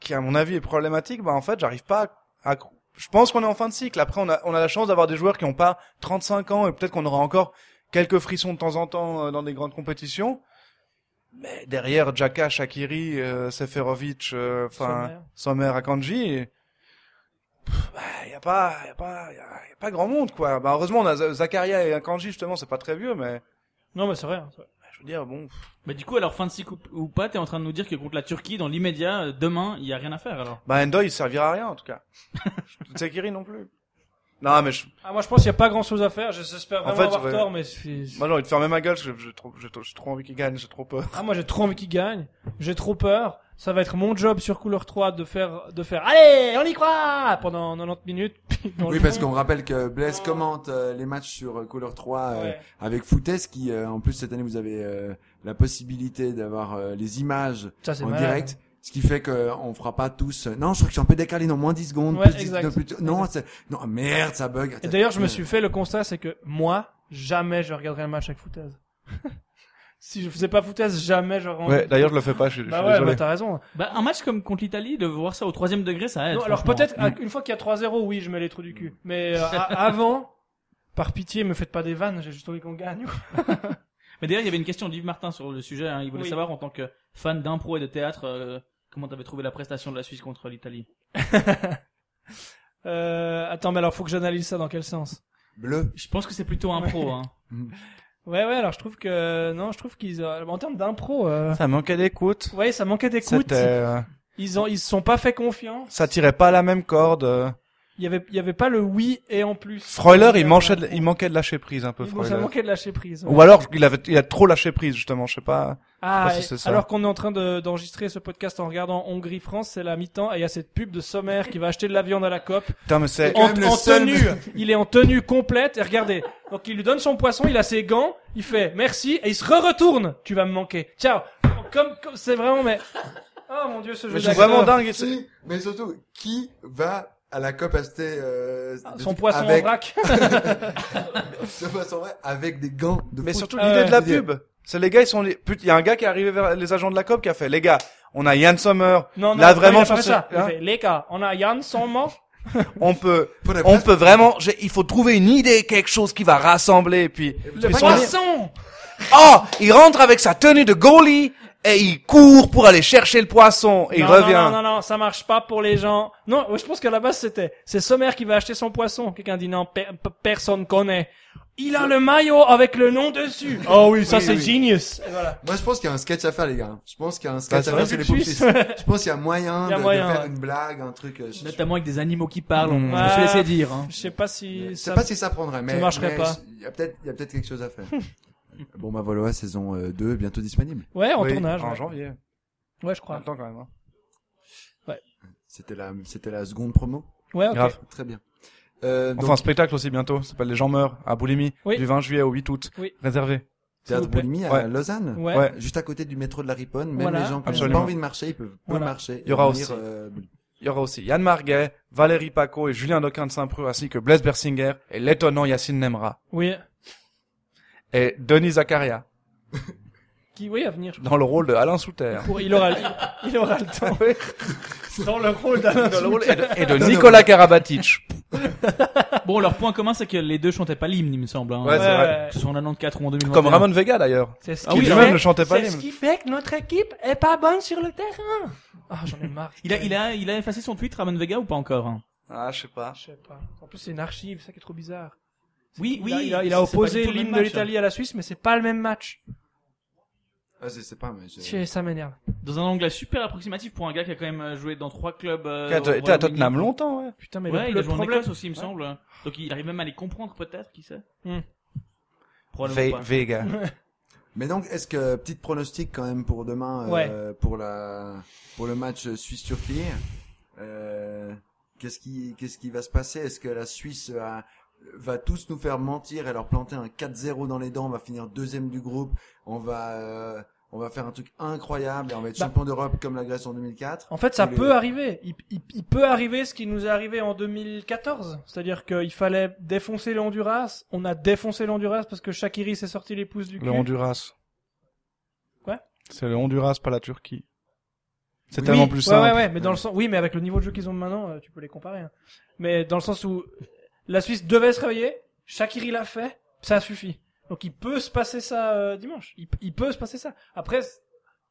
Speaker 2: qui à mon avis est problématique, bah en fait, j'arrive pas à, à- je pense qu'on est en fin de cycle. Après, on a, on a la chance d'avoir des joueurs qui n'ont pas 35 ans et peut-être qu'on aura encore quelques frissons de temps en temps euh, dans des grandes compétitions. Mais derrière, Jaka, Shakiri, euh, Seferovic, euh, enfin, Sommer, Akanji, et- Pff, bah, y a pas, y a pas, y a, y a pas grand monde, quoi. Bah, heureusement, on a Z- Zakaria et Akanji, justement, c'est pas très vieux, mais,
Speaker 1: Non, mais c'est vrai. hein, c'est vrai.
Speaker 2: bah, je veux dire, bon. pff.
Speaker 4: Mais du coup, alors, fin de cycle ou- ou pas, t'es en train de nous dire que contre la Turquie, dans l'immédiat, euh, demain, il y a rien à faire, alors.
Speaker 2: Bah, Endoy, il servira à rien, en tout cas. Zakiri non plus. Non, mais je,
Speaker 1: Ah, moi, je pense qu'il n'y a pas grand chose à faire. J'espère
Speaker 2: En
Speaker 1: vraiment
Speaker 2: fait,
Speaker 1: avoir
Speaker 2: ouais.
Speaker 1: tort, mais c'est-
Speaker 2: moi, j'ai envie de fermer ma gueule, parce que j'ai trop, j'ai trop- j'ai trop envie qu'il gagne, j'ai trop peur.
Speaker 1: Ah, moi j'ai trop envie qu'il gagne, j'ai trop peur. Ça va être mon job sur Couleur 3 de faire, de faire, allez, on y croit! pendant 90 minutes. Puis dans
Speaker 3: Oui,
Speaker 1: le
Speaker 3: parce
Speaker 1: fond,
Speaker 3: qu'on rappelle que Blaise commente euh, les matchs sur euh, Couleur 3 euh,
Speaker 1: Ouais.
Speaker 3: avec Footès qui, euh, en plus, cette année, vous avez euh, la possibilité d'avoir euh, les images
Speaker 1: Ça, c'est
Speaker 3: en
Speaker 1: malade.
Speaker 3: direct. Ce qui fait qu'on fera pas tous. euh, Non, je crois que je suis un peu décalé. Non, moins 10 secondes.
Speaker 1: Ouais,
Speaker 3: plus 10
Speaker 1: exact.
Speaker 3: non, plus- Non, c'est... non, ah, merde, ça bug. Euh,
Speaker 1: Et d'ailleurs, je me suis fait le constat, c'est que moi, jamais je regarderai un match avec foutaise. si je faisais pas foutaise, jamais je
Speaker 2: Ouais, d'ailleurs, je le fais pas, je suis, je suis
Speaker 1: Bah ouais,
Speaker 2: désolé.
Speaker 1: bah t'as raison.
Speaker 4: Bah, un match comme contre l'Italie, de voir ça au troisième degré, ça aide.
Speaker 1: Non, alors
Speaker 4: franchement.
Speaker 1: peut-être, à- une fois qu'il y a 3-0, oui, je mets les trous du cul. Mais euh, à- avant, par pitié, me faites pas des vannes, j'ai juste envie qu'on gagne.
Speaker 4: Mais d'ailleurs, il y avait une question d'Yves Martin sur le sujet, hein. Il voulait
Speaker 1: Oui.
Speaker 4: savoir, en tant que fan d'impro et de théâtre, euh, comment t'avais trouvé la prestation de la Suisse contre l'Italie.
Speaker 1: Euh, attends, mais alors faut que j'analyse ça dans quel sens?
Speaker 3: Bleu.
Speaker 4: Je pense que c'est plutôt impro, hein.
Speaker 1: Ouais, ouais, alors je trouve que, non, je trouve qu'ils, euh, en termes d'impro, euh,
Speaker 2: Ça manquait d'écoute.
Speaker 1: ouais, ça manquait d'écoute.
Speaker 2: C'était, euh,
Speaker 1: Ils ont, ils se sont pas fait confiance.
Speaker 2: ça tirait pas la même corde. euh.
Speaker 1: Il il y avait, il y avait pas le oui et en plus.
Speaker 2: Freuler, il, manchait de- il manquait de lâcher prise un peu.
Speaker 1: Bon, ça
Speaker 2: Freuler.
Speaker 1: manquait de lâcher prise.
Speaker 2: Ou alors il avait, il a trop lâché prise justement. Je sais pas.
Speaker 1: Ah,
Speaker 2: Je sais pas si
Speaker 1: et-
Speaker 2: c'est ça.
Speaker 1: alors qu'on est en train de- d'enregistrer ce podcast en regardant Hongrie-France, c'est la mi-temps et il y a cette pub de Sommer qui va acheter de la viande à la COP.
Speaker 2: Putain, mais c'est.
Speaker 3: quand
Speaker 1: En,
Speaker 3: même le
Speaker 1: en
Speaker 3: seul-
Speaker 1: tenue, il est en tenue complète et regardez. Donc il lui donne son poisson, il a ses gants, il fait merci et il se re-retourne. Tu vas me manquer. Ciao. Comme comme- c'est vraiment mais oh mon dieu ce jeu
Speaker 2: Mais c'est
Speaker 1: d'acteur.
Speaker 2: vraiment dingue. c'est-
Speaker 3: Qui- mais surtout, qui va à la COP acheter euh,
Speaker 1: Ah,
Speaker 3: des
Speaker 1: Son
Speaker 3: trucs
Speaker 1: poisson en
Speaker 3: avec,
Speaker 1: vrac.
Speaker 3: de façon vraie, avec des gants de
Speaker 2: Mais
Speaker 3: foot.
Speaker 2: surtout
Speaker 1: Ah
Speaker 2: l'idée
Speaker 1: ouais.
Speaker 2: de la pub. C'est les gars, ils sont les. Putain, il y a un gars qui est arrivé vers les agents de la COP qui a fait. Les gars, on a Yann Sommer.
Speaker 1: Non non.
Speaker 2: Là,
Speaker 1: non,
Speaker 2: vraiment,
Speaker 1: il a pas
Speaker 2: je
Speaker 1: fait
Speaker 2: sais-
Speaker 1: ça. Il
Speaker 2: hein.
Speaker 1: fait, les gars, on a Yann sans mort.
Speaker 2: On peut.
Speaker 3: Faudrait
Speaker 2: On
Speaker 3: presque-
Speaker 2: peut vraiment. j'ai- Il faut trouver une idée, quelque chose qui va rassembler. Puis.
Speaker 1: Le
Speaker 2: Puis son-
Speaker 1: poisson.
Speaker 2: Oh, il rentre avec sa tenue de goalie et il court pour aller chercher le poisson et il
Speaker 1: non,
Speaker 2: revient.
Speaker 1: Non, non, non, non, ça marche pas pour les gens. Non, ouais, je pense qu'à la base c'était, c'est Sommer qui va acheter son poisson. Quelqu'un dit non, pe- pe- personne connaît. Il a le maillot avec le nom dessus.
Speaker 2: Ah
Speaker 1: Oh oui, ça
Speaker 3: Oui,
Speaker 1: c'est
Speaker 3: oui.
Speaker 1: genius. Et voilà.
Speaker 3: Moi, je pense qu'il y a un sketch à faire, les gars. Je pense qu'il y a un sketch
Speaker 2: c'est
Speaker 3: à
Speaker 2: vrai
Speaker 3: faire sur les
Speaker 1: Bah, que
Speaker 3: pouces.
Speaker 1: tu-
Speaker 3: Je pense qu'il y a moyen,
Speaker 1: Il y a
Speaker 3: de, de
Speaker 1: moyen,
Speaker 3: faire
Speaker 1: ouais.
Speaker 3: une blague, un truc. euh, Je,
Speaker 4: Notamment avec des animaux qui parlent, on- je me
Speaker 1: Ah.
Speaker 4: suis laissé dire. hein.
Speaker 1: Je sais pas si
Speaker 3: je sais
Speaker 1: ça.
Speaker 3: pas si ça prendrait, mais
Speaker 1: marcherait
Speaker 3: mais
Speaker 1: pas.
Speaker 3: Il y a peut-être, il y a peut-être quelque chose à faire. bon, bah voilà, saison euh, 2, bientôt disponible.
Speaker 1: Ouais, en
Speaker 2: Oui,
Speaker 1: tournage.
Speaker 2: En
Speaker 1: ouais.
Speaker 2: janvier.
Speaker 1: Ouais, je
Speaker 2: En
Speaker 1: crois.
Speaker 2: même temps, quand même. hein.
Speaker 3: C'était la, c'était la seconde promo.
Speaker 1: Ouais, ok.
Speaker 2: Grave.
Speaker 3: Très bien. Euh,
Speaker 2: Enfin,
Speaker 3: donc,
Speaker 2: spectacle aussi bientôt. Ça s'appelle Les gens meurent à Boulimie.
Speaker 1: Oui.
Speaker 2: Du 20 juillet au 8 août.
Speaker 1: Oui.
Speaker 2: Réservé.
Speaker 1: s'il
Speaker 3: théâtre
Speaker 1: vous plaît.
Speaker 3: Boulimi à
Speaker 2: Ouais.
Speaker 3: Lausanne.
Speaker 1: Ouais.
Speaker 2: Ouais.
Speaker 3: Juste à côté du métro de la Riponne, même
Speaker 1: Voilà.
Speaker 3: les gens qui n'ont pas
Speaker 2: Absolument.
Speaker 3: envie de marcher, ils peuvent, peuvent
Speaker 1: Voilà.
Speaker 3: marcher.
Speaker 2: Il y aura
Speaker 3: et
Speaker 2: aussi-
Speaker 3: euh,
Speaker 2: Il y aura aussi Yann Marguet, Valérie Paco et Julien Doquin de Saint-Preux ainsi que Blaise Bersinger et l'étonnant Yacine Nemra.
Speaker 1: Oui.
Speaker 2: Et Denis Zakaria
Speaker 1: Qui, oui, à venir. je crois.
Speaker 2: dans le rôle de Alain Souter.
Speaker 1: Pour- il aura, il, il aura le temps. Dans le rôle d'Alain
Speaker 2: Dans le rôle- et
Speaker 1: Souter.
Speaker 2: de, et de Nicolas Karabatic.
Speaker 4: Bon, leur point commun, c'est que les deux chantaient pas l'hymne, il me semble. hein.
Speaker 2: Ouais, c'est vrai.
Speaker 4: Que ce soit en 94 ou en 2021.
Speaker 2: Comme Ramon Vega d'ailleurs.
Speaker 1: C'est ce
Speaker 4: Ah
Speaker 1: qui
Speaker 4: oui,
Speaker 1: fait-
Speaker 2: lui-même ne chantait pas
Speaker 1: C'est ce
Speaker 2: l'hymne.
Speaker 1: qui fait que notre équipe est pas bonne sur le terrain. Ah, j'en ai marre.
Speaker 4: Il a, il a, il a effacé son tweet Ramon Vega ou pas encore hein
Speaker 2: Ah, je sais pas.
Speaker 1: Je sais pas. En plus, c'est une archive, ça qui est trop bizarre.
Speaker 4: Oui,
Speaker 1: Il
Speaker 4: oui.
Speaker 1: a- il a, il a
Speaker 4: c'est- c'est
Speaker 1: opposé
Speaker 4: pas du tout le même
Speaker 1: l'hymne de
Speaker 4: match, hein.
Speaker 1: l'Italie à la Suisse, mais c'est pas le même match.
Speaker 3: Ah, je sais pas, mais je-
Speaker 1: Chier, Ça m'énerve.
Speaker 4: hein. Dans un angle super approximatif pour un gars qui a quand même euh, joué dans trois clubs. euh,
Speaker 2: T'as
Speaker 4: au
Speaker 2: été à
Speaker 4: Royaume-Uni.
Speaker 2: Tottenham longtemps, ouais.
Speaker 1: Putain, mais le-
Speaker 4: Ouais, il
Speaker 1: le,
Speaker 4: a joué en
Speaker 1: problème.
Speaker 4: Écosse aussi, il me semble. Donc il arrive même à les comprendre peut-être, qui sait.
Speaker 1: Hmm.
Speaker 4: Probablement
Speaker 2: Ve-
Speaker 4: pas.
Speaker 2: Vega.
Speaker 3: Mais donc, est-ce que petite pronostic quand même pour demain, euh, pour la, pour le match Suisse-Turquie, euh, qu'est-ce qui, qu'est-ce qui va se passer Est-ce que la Suisse va, va tous nous faire mentir et leur planter un 4-0 dans les dents On va finir deuxième du groupe. On va, euh, on va faire un truc incroyable et on va être
Speaker 1: Bah.
Speaker 3: champion d'Europe comme la Grèce en 2004.
Speaker 1: En fait, ça
Speaker 3: Ou les-
Speaker 1: peut arriver. Il, il- il peut arriver ce qui nous est arrivé en 2014. C'est-à-dire qu'il fallait défoncer le Honduras. On a défoncé le Honduras parce que Shakiri s'est sorti les pouces du cul.
Speaker 2: Le Honduras.
Speaker 1: Quoi
Speaker 2: C'est le Honduras, pas la Turquie. C'est
Speaker 3: Oui.
Speaker 2: tellement
Speaker 1: Oui,
Speaker 2: plus
Speaker 1: ouais,
Speaker 2: simple.
Speaker 1: ouais, ouais, mais dans le sens, oui, mais avec le niveau de jeu qu'ils ont maintenant, euh, tu peux les comparer. hein. Mais dans le sens où la Suisse devait se réveiller, Shakiri l'a fait, ça suffit. Donc il peut se passer ça euh, dimanche. Il, il peut se passer ça. Après, c-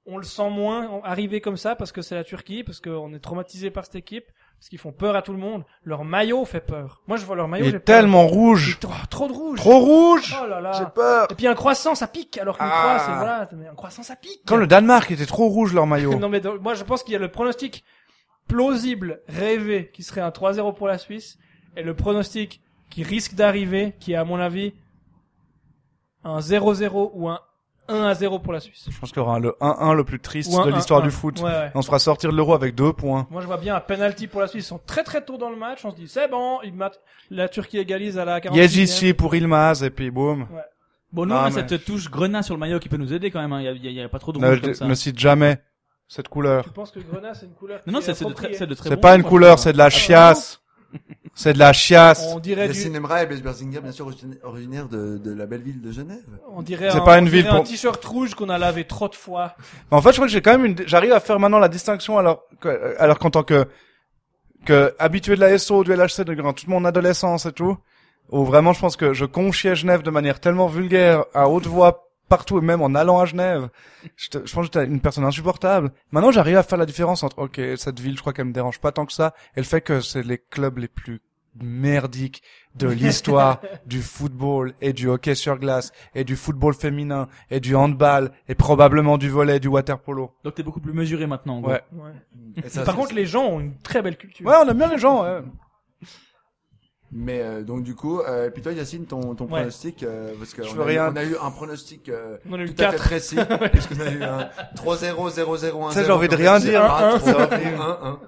Speaker 1: on le sent moins en- arriver comme ça parce que c'est la Turquie, parce qu'on est traumatisé par cette équipe, parce qu'ils font peur à tout le monde. Leur maillot fait peur. Moi, je vois leur maillot.
Speaker 2: Il
Speaker 1: Ah j'ai
Speaker 2: est
Speaker 1: peur.
Speaker 2: tellement
Speaker 1: Il
Speaker 2: rouge.
Speaker 1: est Trop, trop de rouge.
Speaker 2: Trop rouge
Speaker 1: Oh là
Speaker 2: J'ai
Speaker 1: là.
Speaker 2: peur.
Speaker 1: Et puis un croissant, ça pique. Alors qu'une
Speaker 2: Ah.
Speaker 1: croix, c'est voilà, mais un croissant, ça pique.
Speaker 2: Quand le Danemark était trop rouge, leur maillot.
Speaker 1: Non mais dans- moi je pense qu'il y a le pronostic plausible, rêvé, qui serait un 3-0 pour la Suisse, et le pronostic qui risque d'arriver, qui est à mon avis un 0-0 ou un 1-0 pour la Suisse.
Speaker 2: Je pense qu'il y aura le 1-1 le plus triste
Speaker 1: Ou un
Speaker 2: de l'histoire
Speaker 1: 1-1.
Speaker 2: du foot.
Speaker 1: Ouais, ouais.
Speaker 2: On se fera sortir de l'euro avec deux points.
Speaker 1: Moi je vois bien un penalty pour la Suisse, ils sont très très tôt dans le match, on se dit c'est bon, ils matent- la Turquie égalise à la 40
Speaker 2: Yes, ici pour Ilmaz, et puis boum.
Speaker 4: Bon, nous,
Speaker 2: Ah,
Speaker 4: on a
Speaker 2: mais-
Speaker 4: cette touche grenat sur le maillot qui peut nous aider quand même. hein. Il y a- il y, a- il y a pas trop de
Speaker 2: Ne,
Speaker 4: rouge comme ça.
Speaker 2: ne cite jamais cette couleur.
Speaker 1: Je pense que Grenat c'est une couleur
Speaker 4: Non, non,
Speaker 1: qui est
Speaker 4: c'est c'est de très,
Speaker 1: appropriée.
Speaker 4: c'est de très
Speaker 2: C'est
Speaker 4: bon
Speaker 2: pas une
Speaker 4: moi, je
Speaker 2: couleur,
Speaker 4: trouve.
Speaker 2: c'est de la chiasse. C'est de la chiasse.
Speaker 1: Ah, On dirait du-
Speaker 3: Yassine Emra et Blaise Berzinger, bien sûr, origina- originaire de, de la belle ville de Genève.
Speaker 1: on dirait
Speaker 2: C'est
Speaker 1: un-
Speaker 2: pas une
Speaker 1: on
Speaker 2: ville
Speaker 1: dirait un
Speaker 2: pour-
Speaker 1: t-shirt rouge qu'on a lavé trop de fois.
Speaker 2: Mais en fait, je crois que j'ai quand même une, j'arrive à faire maintenant la distinction alors que, euh, alors qu'en tant que, que habitué de la SO, du LHC, de durant toute mon adolescence et tout, où vraiment je pense que je conchiais Genève de manière tellement vulgaire, à haute voix, partout et même en allant à Genève. Je, je pense que j'étais une personne insupportable. Maintenant, j'arrive à faire la différence entre, ok, cette ville, je crois qu'elle me dérange pas tant que ça, et le fait que c'est les clubs les plus merdiques de l'histoire du football et du hockey sur glace et du football féminin et du handball et probablement du volet et du waterpolo.
Speaker 4: Donc t'es beaucoup plus mesuré maintenant. en gros.
Speaker 2: Ouais.
Speaker 1: Ouais.
Speaker 3: Et ça,
Speaker 1: Par
Speaker 3: c'est-
Speaker 1: contre les gens ont une très belle culture.
Speaker 2: Ouais, on aime bien les gens, ouais.
Speaker 3: Mais euh, donc du coup, euh, puis toi Yacine, ton, ton
Speaker 1: Ouais.
Speaker 3: pronostic, euh, parce que
Speaker 2: Je
Speaker 3: on
Speaker 2: veux
Speaker 3: a, eu-
Speaker 2: rien.
Speaker 3: on a eu un pronostic euh,
Speaker 1: On en a eu
Speaker 3: tout à fait
Speaker 1: 4.
Speaker 3: précis, parce qu'on a eu un 3-0, 0-0, 1
Speaker 2: Ça, j'ai envie de rien dire.
Speaker 3: Ah,
Speaker 2: Ah,
Speaker 1: Un, un.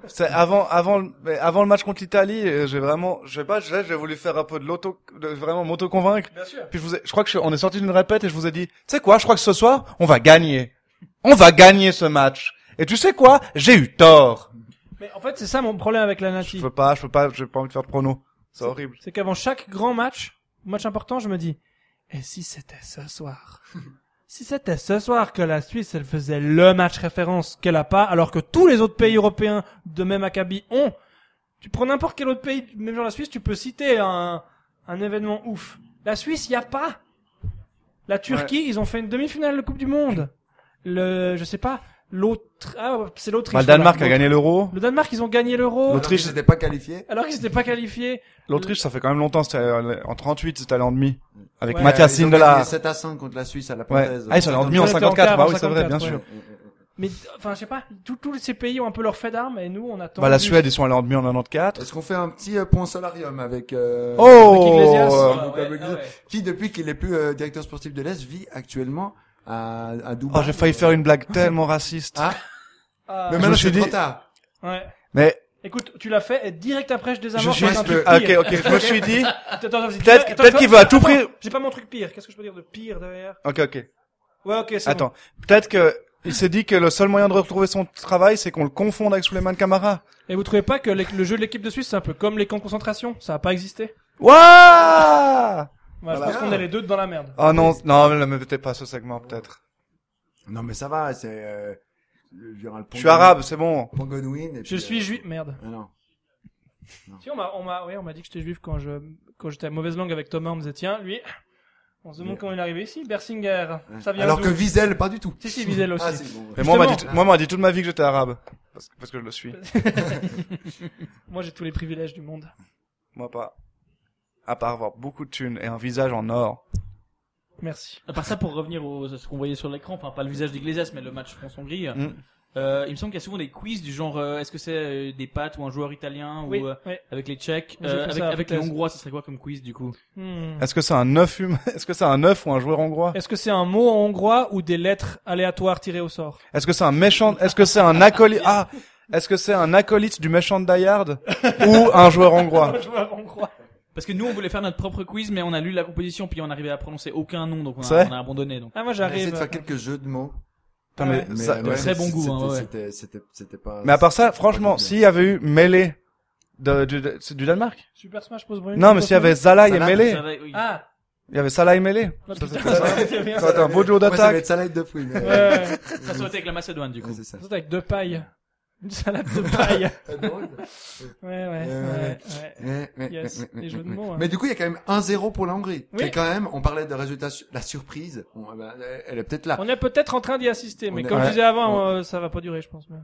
Speaker 2: C'est avant, avant, le- mais avant le match contre l'Italie, euh, j'ai vraiment, je sais pas, là, j'ai voulu faire un peu de l'auto, de vraiment m'auto-convaincre.
Speaker 1: Bien sûr.
Speaker 2: Puis je vous ai- je crois que je- on est sorti d'une répète et je vous ai dit, tu sais quoi, je crois que ce soir, on va gagner. On va gagner ce match. Et tu sais quoi, j'ai eu tort.
Speaker 1: Mais en fait, c'est ça mon problème avec la
Speaker 2: Je
Speaker 1: Nati.
Speaker 2: peux pas, je peux pas, j'ai pas envie de faire de prono. C'est horrible.
Speaker 1: C'est qu'avant chaque grand match, match important, je me dis, et si c'était ce soir? si c'était ce soir que la Suisse, elle faisait le match référence qu'elle a pas, alors que tous les autres pays européens de même acabit ont, tu prends n'importe quel autre pays, même genre la Suisse, tu peux citer un, un événement ouf. La Suisse, y a pas. La Turquie, ils ont fait une demi-finale de Coupe du Monde. Le, je sais pas, l'autre, ah, c'est l'Autriche.
Speaker 2: Bah, le Danemark a
Speaker 1: voilà.
Speaker 2: gagné l'euro.
Speaker 1: Le Danemark, ils ont gagné l'euro.
Speaker 2: L'Autriche,
Speaker 3: L'Autriche n'était pas qualifié.
Speaker 1: Alors qu'ils n'étaient pas qualifiés.
Speaker 2: L'Autriche, ça fait quand même longtemps, c'était euh, en 38, c'était allé en demi. Avec
Speaker 1: Ouais,
Speaker 2: Mathias
Speaker 3: ils ont
Speaker 2: Sindelar.
Speaker 3: gagné 7 à 5 contre la Suisse à la Euh,
Speaker 2: Ouais.
Speaker 3: parenthèse.
Speaker 2: Ah, ils sont allés en demi en
Speaker 1: On était en
Speaker 2: 54.
Speaker 1: quart,
Speaker 2: Bah
Speaker 1: en
Speaker 2: oui, c'est vrai, bien
Speaker 1: 54,
Speaker 2: sûr.
Speaker 1: Mais enfin, je sais pas, tous- tous ces pays ont un peu leur fait d'armes et nous on attend.
Speaker 2: Bah, la
Speaker 1: juste-
Speaker 2: Suède, ils sont allés en demi en 94.
Speaker 3: Est-ce qu'on fait un petit euh, point solarium avec euh,
Speaker 2: Oh
Speaker 1: Avec Iglesias,
Speaker 2: euh,
Speaker 4: Ah ouais,
Speaker 3: Comme
Speaker 4: ah
Speaker 3: Iglesias.
Speaker 4: ouais.
Speaker 3: qui depuis qu'il est plus euh, directeur sportif de l'Est vit actuellement à, à Dubaï.
Speaker 2: Oh, j'ai failli faire une blague tellement raciste.
Speaker 3: Ah.
Speaker 1: Ah,
Speaker 2: Je
Speaker 3: Mais
Speaker 2: me
Speaker 3: maintenant
Speaker 2: suis
Speaker 3: c'est
Speaker 2: dit-
Speaker 3: trop tard.
Speaker 1: ouais.
Speaker 2: Mais
Speaker 1: Écoute, tu l'as fait et direct après je
Speaker 2: je
Speaker 1: désamorce.
Speaker 2: suis...
Speaker 1: avec un truc
Speaker 2: Ah,
Speaker 1: pire.
Speaker 2: ok, ok, je me suis dit...
Speaker 1: Attends, attends, vas-y,
Speaker 2: Peut-être-
Speaker 1: attends,
Speaker 2: peut-être qu'il veut à tout prix-
Speaker 1: attends, J'ai pas mon truc pire. Qu'est-ce que je peux dire de pire derrière
Speaker 2: Ok, ok.
Speaker 1: Ouais, ok, c'est
Speaker 2: Attends. Peut-être que... Il s'est dit que le seul moyen de retrouver son travail, c'est qu'on le confonde avec Souleymane Camara.
Speaker 1: bon. Et vous trouvez pas que les- le jeu de l'équipe de Suisse c'est un peu comme les camps de concentration Ça a pas existé
Speaker 2: Ouah
Speaker 1: Voilà,
Speaker 4: Bah,
Speaker 3: Voilà.
Speaker 1: Je pense qu'on est les deux dans la merde.
Speaker 2: Oh non, non, mais mais peut-être pas ce segment, peut-être.
Speaker 3: Non mais ça va, c'est euh, je dirais le
Speaker 2: Je suis arabe, c'est bon.
Speaker 3: Pongonouine.
Speaker 1: Je suis juif. Merde.
Speaker 3: euh, ah non.
Speaker 1: Si on m'a, on m'a, oui, on m'a dit que j'étais juif quand je, quand j'étais à mauvaise langue avec Thomas. On me disait tiens, lui, on se demande
Speaker 3: Mais-
Speaker 1: comment il est arrivé ici. Bersinger, ça vient
Speaker 3: Alors
Speaker 1: d'où
Speaker 3: que Wiesel pas du tout.
Speaker 1: Si, si, Wiesel aussi.
Speaker 3: hein. Ah, c'est bon.
Speaker 2: Mais moi, on m'a dit,
Speaker 1: Justement.
Speaker 2: moi, on m'a dit toute ma vie que j'étais arabe. Parce, parce que je le suis.
Speaker 1: Moi, j'ai tous les privilèges du monde.
Speaker 2: Moi pas. À part avoir beaucoup de thunes et un visage en or.
Speaker 1: Merci.
Speaker 4: À part ça, pour revenir au- à ce qu'on voyait sur l'écran, enfin pas le visage d'Iglesias, mais le match France-Hongrie,
Speaker 2: Mm.
Speaker 4: euh, il me semble qu'il y a souvent des quiz du genre euh, est-ce que c'est euh, des pattes ou un joueur italien
Speaker 1: Oui,
Speaker 4: ou euh,
Speaker 1: oui.
Speaker 4: avec les Tchèques,
Speaker 1: J'ai
Speaker 4: euh,
Speaker 1: fait
Speaker 4: avec,
Speaker 1: ça à
Speaker 4: avec les
Speaker 1: Vitesse.
Speaker 4: Hongrois, ce serait quoi comme quiz du coup
Speaker 1: Hmm.
Speaker 2: Est-ce que c'est un œuf humain Est-ce que c'est un œuf ou un joueur hongrois
Speaker 1: Est-ce que c'est un mot en hongrois ou des lettres aléatoires tirées au sort
Speaker 2: Est-ce que c'est un méchant Est-ce que c'est un acolyte Ah Est-ce que c'est un acolyte du méchant de Dayard ou un joueur hongrois
Speaker 1: hongrois.
Speaker 4: Parce que nous, on voulait faire notre propre quiz, mais on a lu la composition, puis on arrivait à prononcer aucun nom, donc on
Speaker 2: C'est vrai
Speaker 4: a, on a abandonné. Donc.
Speaker 1: Ah, moi,
Speaker 3: J'ai essayé
Speaker 1: j'arrive.
Speaker 3: de faire quelques jeux de mots.
Speaker 2: Putain, mais,
Speaker 3: Mais,
Speaker 2: ça-
Speaker 3: euh,
Speaker 2: ouais.
Speaker 3: ouais,
Speaker 4: Très bon
Speaker 3: c'est-
Speaker 4: goût, hein, ouais.
Speaker 3: C'était, c'était, c'était- c'était pas.
Speaker 2: Mais à part ça,
Speaker 3: c'était pas
Speaker 2: franchement,
Speaker 3: compliqué.
Speaker 2: s'il y avait eu mêlée de, du, de- c'est du Danemark
Speaker 1: Super Smash Bros. Bros.
Speaker 2: Non, mais s'il y avait Salah et
Speaker 3: Salah,
Speaker 2: mêlée,
Speaker 4: Ça va, oui.
Speaker 1: Ah
Speaker 2: il y avait Salah et mêlée.
Speaker 1: non,
Speaker 2: Ça,
Speaker 1: putain,
Speaker 2: ça- ça-
Speaker 1: bien.
Speaker 2: ça va être un beau duo
Speaker 3: Moi, ça va
Speaker 2: d'attaque.
Speaker 3: être salade de fruits. mais-
Speaker 1: Ouais, ouais.
Speaker 4: Ça aurait été avec la Macédoine du
Speaker 3: Ouais,
Speaker 4: coup.
Speaker 3: c'est ça.
Speaker 1: Ça, c'est avec deux pailles. Une salade de paille.
Speaker 3: Très drôle.
Speaker 1: Ouais, ouais,
Speaker 3: Euh,
Speaker 1: ouais. ouais.
Speaker 3: Ouais, ouais,
Speaker 1: Yes,
Speaker 3: ouais, ouais,
Speaker 1: les
Speaker 3: ouais,
Speaker 1: jeux de
Speaker 3: ouais.
Speaker 1: mots, hein.
Speaker 3: Mais du coup, il y a quand même 1-0 pour la Hongrie.
Speaker 1: Oui.
Speaker 3: Et quand même, on parlait de résultats, su- la surprise, on- eh ben, elle est peut-être là.
Speaker 1: On est peut-être en train d'y assister, mais
Speaker 3: On est-
Speaker 1: comme je
Speaker 2: Ouais.
Speaker 1: disais avant, euh, ça va pas durer, je pense. Mais,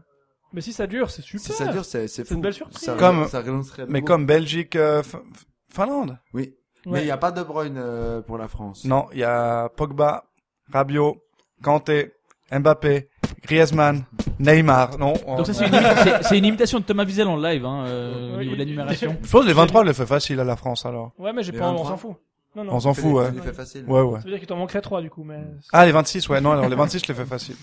Speaker 1: mais si ça dure, c'est super.
Speaker 3: Si ça dure, c'est c'est
Speaker 1: C'est
Speaker 3: fou.
Speaker 1: une belle surprise.
Speaker 3: Ça,
Speaker 2: Comme-
Speaker 3: ça relancerait le
Speaker 2: Mais
Speaker 3: goût.
Speaker 2: comme Belgique, euh, Fin- Finlande.
Speaker 3: Oui. Mais
Speaker 1: Ouais.
Speaker 3: il n'y a pas de Bruyne euh, pour la France.
Speaker 2: Non, il y a Pogba, Rabiot, Kanté, Mbappé, Griezmann, Neymar. Non. on-
Speaker 4: Donc ça c'est une, c'est- c'est une imitation de Thomas Wiesel en live hein, euh, au
Speaker 1: Oui,
Speaker 4: niveau de
Speaker 1: il-
Speaker 4: l'énumération.
Speaker 2: Je pense que les 23 les fait facile à la France alors.
Speaker 1: Ouais, mais j'ai
Speaker 3: Les
Speaker 1: pas, on
Speaker 3: 23.
Speaker 1: s'en fout. Non, non.
Speaker 2: On s'en
Speaker 3: Tu
Speaker 2: fout,
Speaker 3: les-
Speaker 2: ouais.
Speaker 3: tu les fais facile.
Speaker 2: Ouais, ouais.
Speaker 1: Ça veut dire qu'il t'en manquerait trois, du coup, mais.
Speaker 2: Ah, les 26, ouais. Non, non, les 26, je les fais facile.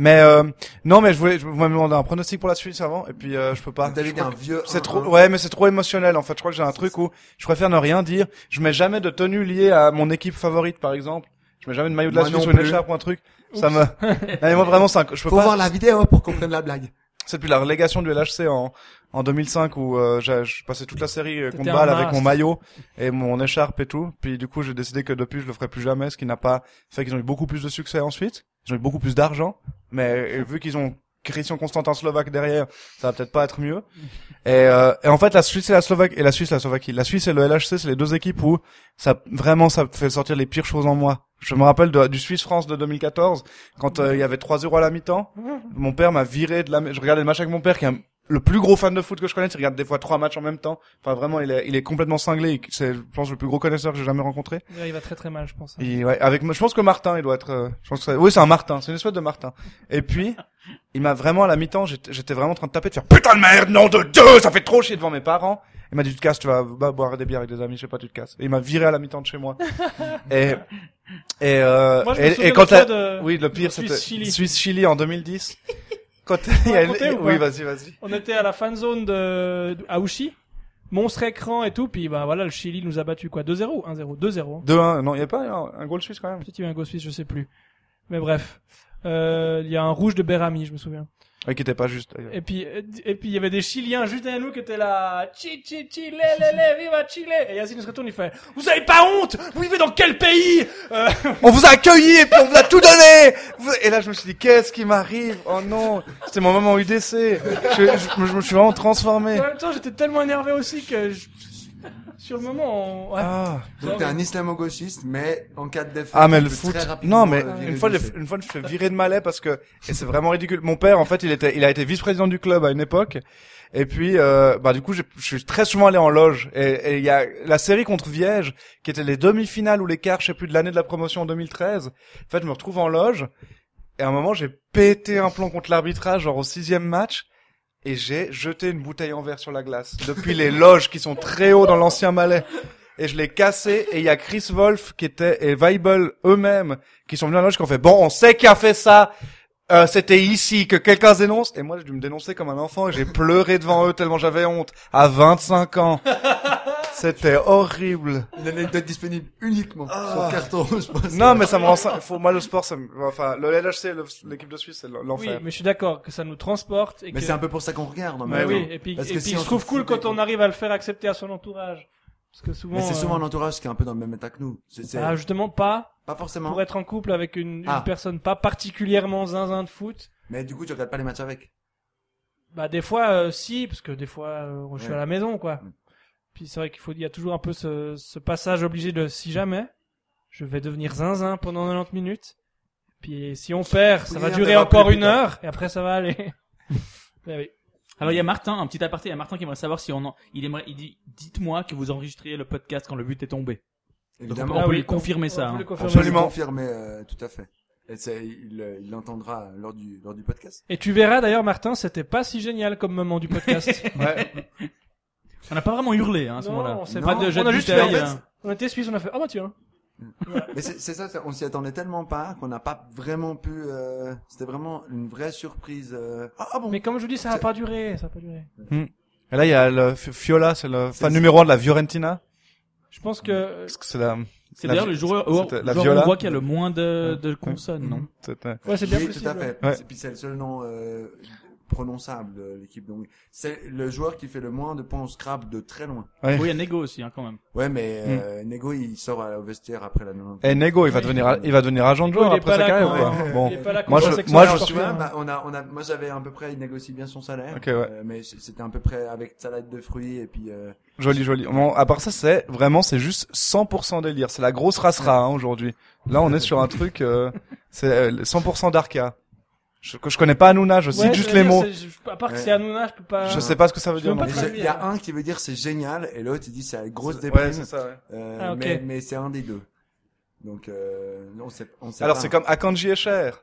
Speaker 2: Mais euh, non, mais je voulais, je vous m'avez demandé un pronostic pour la Suisse avant, et puis euh, je peux pas.
Speaker 3: T'avais
Speaker 2: Je
Speaker 3: dit
Speaker 2: crois
Speaker 3: un
Speaker 2: que
Speaker 3: vieux.
Speaker 2: C'est
Speaker 3: 1-1.
Speaker 2: trop, ouais, mais c'est trop émotionnel en fait. Je crois que j'ai un truc où je préfère ne rien dire. Je mets jamais de tenue liée à mon équipe favorite, par exemple. Je mets jamais de maillot de la
Speaker 3: Moi
Speaker 2: Suisse
Speaker 3: non
Speaker 2: ou une
Speaker 3: plus.
Speaker 2: écharpe ou un truc. Ah, Ça me. non, mais moi vraiment, c'est un- je peux
Speaker 3: Faut
Speaker 2: pas.
Speaker 3: voir la vidéo pour comprendre la blague.
Speaker 2: C'est depuis la relégation du LHC en, en 2005 où euh, j'ai- je passais toute la série euh,
Speaker 1: T'étais
Speaker 2: contre
Speaker 1: un
Speaker 2: balle avec
Speaker 1: mast.
Speaker 2: mon maillot et mon écharpe et tout. Puis du coup, j'ai décidé que depuis, je le ferai plus jamais, ce qui n'a pas fait qu'ils ont eu beaucoup plus de succès ensuite. Ils ont eu beaucoup plus d'argent, mais euh, vu qu'ils ont Christian Constantin Slovaque derrière, ça va peut-être pas être mieux. Et, euh, et en fait, la Suisse et la Slovaque et la Suisse, et la Slovaquie, la Suisse et le LHC, c'est les deux équipes où ça vraiment ça fait sortir les pires choses en moi. Je me rappelle de- du Suisse France de 2014 quand euh, il y avait 3-0 à la mi-temps mon père m'a viré de la. Je regardais le match avec mon père, qui est un- le plus gros fan de foot que je connaisse. Il regarde des fois trois matchs en même temps. Enfin, vraiment, il est, il est complètement cinglé. Il- C'est, je pense, le plus gros connaisseur que j'ai jamais rencontré.
Speaker 1: Ouais, Il va très très mal, je pense.
Speaker 2: Et ouais, avec, je pense que Martin, il doit être. euh, Je pense que c'est- oui, c'est un Martin. C'est une espèce de Martin. Et puis, il m'a vraiment à la mi-temps, j'étais j'étais vraiment en train de taper, de faire putain de merde, nom de Dieu, ça fait trop chier devant mes parents. Il m'a dit, tu te casses, tu vas bah, boire des bières avec des amis, je sais pas, tu te casses. Et il m'a viré à la mi-temps de chez moi. et, et, euh,
Speaker 1: Moi, je me
Speaker 2: et,
Speaker 1: souviens
Speaker 2: et quand
Speaker 1: de toi
Speaker 2: t'as-
Speaker 1: de-
Speaker 2: oui, le pire, c'était
Speaker 1: Suisse-Chili.
Speaker 2: Suisse-Chili en 2010. Quand il y a-
Speaker 1: raconter ou pas
Speaker 2: oui, vas-y, vas-y.
Speaker 1: On était à la fan zone de, de- à Ouchy. Monstre écran et tout, puis bah voilà, le Chili nous a battu quoi, 2-0, 1-0, 2-0.
Speaker 2: 2-1, non, il y a pas un, un goal suisse quand même.
Speaker 1: Peut-être qu'il y a eu un go suisse, je sais plus. Mais bref, Euh, il y a un rouge de Berami, je me souviens.
Speaker 2: Ouais, qui était pas juste. d'ailleurs.
Speaker 1: Et puis, euh, et puis il y avait des Chiliens juste derrière nous qui étaient là. Chi, chi, chi, le, le, le, viva Chile. Et Yacine se retourne, il fait, vous avez pas honte? Vous vivez dans quel pays? Euh,
Speaker 2: On vous a accueilli et puis on vous a tout donné. Vous- Et là, je me suis dit, qu'est-ce qui m'arrive Oh non, c'était mon moment UDC. Je, je- je me suis vraiment transformé.
Speaker 1: en même temps, j'étais tellement énervé aussi que je- sur le moment, on... ouais.
Speaker 2: Ah,
Speaker 3: Donc t'es un islamo-gauchiste, mais en cas de défaite,
Speaker 2: ah mais
Speaker 3: tu
Speaker 2: le
Speaker 3: peux
Speaker 2: foot.
Speaker 3: très rapidement,
Speaker 2: Non mais
Speaker 3: euh, virer
Speaker 2: une fois,
Speaker 3: le
Speaker 2: j'ai-
Speaker 3: dossier.
Speaker 2: une fois, je me suis fait virer de Malais parce que et c'est vraiment ridicule. Mon père, en fait, il était, il a été vice-président du club à une époque. Et puis, euh, bah du coup, j'ai- je suis très souvent allé en loge. Et et il y a la série contre Viège, qui était les demi-finales ou les quarts, je sais plus, de l'année de la promotion en 2013. En fait, je me retrouve en loge. Et à un moment, j'ai pété un plomb contre l'arbitrage, genre au sixième match, et j'ai jeté une bouteille en verre sur la glace. Depuis les loges qui sont très hauts dans l'ancien Malais. Et je l'ai cassé, et il y a Chris Wolf qui était, et Weibel eux-mêmes, qui sont venus à la loge, qui ont fait, bon, on sait qui a fait ça, euh, c'était ici que quelqu'un se dénonce, et moi j'ai dû me dénoncer comme un enfant, et j'ai pleuré devant eux tellement j'avais honte, à 25 ans. C'était horrible.
Speaker 3: Une anecdote disponible uniquement
Speaker 2: Ah.
Speaker 3: sur carton rouge. je pense.
Speaker 2: Non, mais ça me rend, ça- faut, moi le sport, ça me, enfin, le LHC, le- l'équipe de Suisse, c'est
Speaker 1: Oui,
Speaker 2: l'enfer.
Speaker 1: mais je suis d'accord que ça nous transporte et que...
Speaker 3: Mais c'est un peu pour ça qu'on regarde. en
Speaker 1: Mais
Speaker 3: même
Speaker 1: oui,
Speaker 3: temps.
Speaker 1: et puis,
Speaker 3: Parce
Speaker 1: et
Speaker 3: que
Speaker 1: puis
Speaker 3: si
Speaker 1: je
Speaker 3: on
Speaker 1: trouve
Speaker 3: se
Speaker 1: cool
Speaker 3: fout
Speaker 1: quand
Speaker 3: des
Speaker 1: on arrive à le faire accepter à son entourage. Parce que souvent.
Speaker 3: Mais c'est
Speaker 1: euh,
Speaker 3: souvent l'entourage qui est un peu dans le même état que nous. C'est c'est
Speaker 1: Ah, justement, pas
Speaker 3: pas forcément.
Speaker 1: pour être en couple avec une, une
Speaker 3: Ah.
Speaker 1: personne pas particulièrement zinzin de foot.
Speaker 3: Mais du coup, tu regardes pas les matchs avec.
Speaker 1: Bah, des fois, euh, si, parce que des fois, euh, je suis
Speaker 3: Ouais.
Speaker 1: à la maison, quoi.
Speaker 3: Mm.
Speaker 1: Puis c'est vrai qu'il faut, il y a toujours un peu ce, ce passage obligé de si jamais, je vais devenir zinzin pendant 90 minutes. Puis si on perd, ça
Speaker 3: Oui,
Speaker 1: va
Speaker 3: on
Speaker 1: durer
Speaker 3: verra
Speaker 1: encore
Speaker 3: plus
Speaker 1: une
Speaker 3: tard.
Speaker 1: heure, et après ça va aller. Mais oui.
Speaker 4: Alors il y a Martin, un petit aparté, il y a Martin qui aimerait savoir si on en... il aimerait, il dit, dites-moi que vous enregistriez le podcast quand le but est tombé.
Speaker 3: Évidemment.
Speaker 4: on
Speaker 1: Ah
Speaker 4: peut
Speaker 1: oui,
Speaker 4: lui confirmer
Speaker 1: on
Speaker 4: ça,
Speaker 1: peut
Speaker 4: hein.
Speaker 1: lui confirmer ça.
Speaker 2: Absolument.
Speaker 3: Confirmé, euh, tout à fait. Et c'est- il euh, il l'entendra lors du lors du podcast.
Speaker 1: Et tu verras d'ailleurs, Martin, c'était pas si génial comme moment du podcast.
Speaker 2: Ouais.
Speaker 4: On n'a pas vraiment hurlé hein, à ce
Speaker 1: Non,
Speaker 4: moment-là.
Speaker 1: on s'est
Speaker 4: pas
Speaker 1: pas-
Speaker 4: de jet
Speaker 1: on
Speaker 4: de
Speaker 1: a juste fait, en
Speaker 4: bouteille,
Speaker 1: fait.
Speaker 4: hein.
Speaker 1: on était suisse, on a fait ah bah tiens.
Speaker 3: Mais c'est c'est ça, c'est- on s'y attendait tellement pas qu'on n'a pas vraiment pu. euh, C'était vraiment une vraie surprise. euh, Ah ah bon.
Speaker 1: Mais comme je vous dis, ça a pas duré, ça a pas duré.
Speaker 2: Et là, il y a le F- Fiola, c'est le
Speaker 3: C'est-
Speaker 2: fan numéro 1 de la Fiorentina.
Speaker 1: Je pense que
Speaker 2: Parce que C'est la,
Speaker 4: C'est
Speaker 2: La
Speaker 4: d'ailleurs
Speaker 2: vi-
Speaker 4: le joueur,
Speaker 2: c'était la
Speaker 4: joueur
Speaker 2: viola.
Speaker 4: on voit qu'il y a le moins de, de consonnes, non
Speaker 2: c'est, euh,
Speaker 1: ouais, c'est bien
Speaker 3: oui,
Speaker 1: possible.
Speaker 3: tout à fait.
Speaker 2: Ouais.
Speaker 3: C'est- Puis c'est le seul nom euh, prononçable de l'équipe d'Hongrie. C'est le joueur qui fait le moins de points au Scrabble de très loin.
Speaker 4: Oui, il y a Nego aussi hein, quand même.
Speaker 3: Ouais, mais euh, Nego il sort à la- au vestiaire après la 90.
Speaker 2: Mm. Et Eh, Nego, il va devenir, il va devenir agent de joueur
Speaker 1: il est
Speaker 2: après
Speaker 1: pas
Speaker 2: sa
Speaker 1: là
Speaker 2: carrière,
Speaker 1: quand-
Speaker 2: ou pas
Speaker 3: ouais.
Speaker 2: Bon.
Speaker 1: Il est pas là quand
Speaker 2: Moi,
Speaker 1: on
Speaker 2: je-
Speaker 1: sait que
Speaker 2: moi,
Speaker 1: c'est
Speaker 2: je
Speaker 1: un
Speaker 2: suis-
Speaker 1: sportif,
Speaker 3: Ouais,
Speaker 1: hein.
Speaker 3: bah, on a, on a, moi j'avais à peu près, il négocie bien son salaire.
Speaker 2: Ok, ouais.
Speaker 3: Euh, mais c- c'était à peu près avec salade de fruits et puis. Euh,
Speaker 2: Joli, joli. Bon, à part ça, c'est vraiment, c'est juste 100% délire. C'est la grosse rassera, hein, aujourd'hui. Là, on est sur un truc, euh, c'est euh, 100% d'Arca. Je, que je connais pas Hanouna, je
Speaker 1: Ouais,
Speaker 2: cite juste
Speaker 1: je
Speaker 2: les
Speaker 1: veux dire,
Speaker 2: mots.
Speaker 1: c'est- je- À part que
Speaker 3: Ouais.
Speaker 1: c'est Hanouna, je peux pas.
Speaker 2: Je sais pas ce que ça veut
Speaker 1: Je
Speaker 2: dire.
Speaker 1: veux
Speaker 2: non
Speaker 1: pas
Speaker 3: mais
Speaker 1: très
Speaker 3: je-
Speaker 2: plus.
Speaker 1: bien.
Speaker 3: il y a un qui veut dire c'est génial et l'autre il dit c'est la grosse déprime.
Speaker 2: Ouais, c'est ça, ouais.
Speaker 3: Euh,
Speaker 1: Ah, ok.
Speaker 3: Mais, mais c'est un des deux. Donc euh, on sait, on sait
Speaker 2: Alors,
Speaker 3: pas.
Speaker 2: c'est comme Akanji et Cher.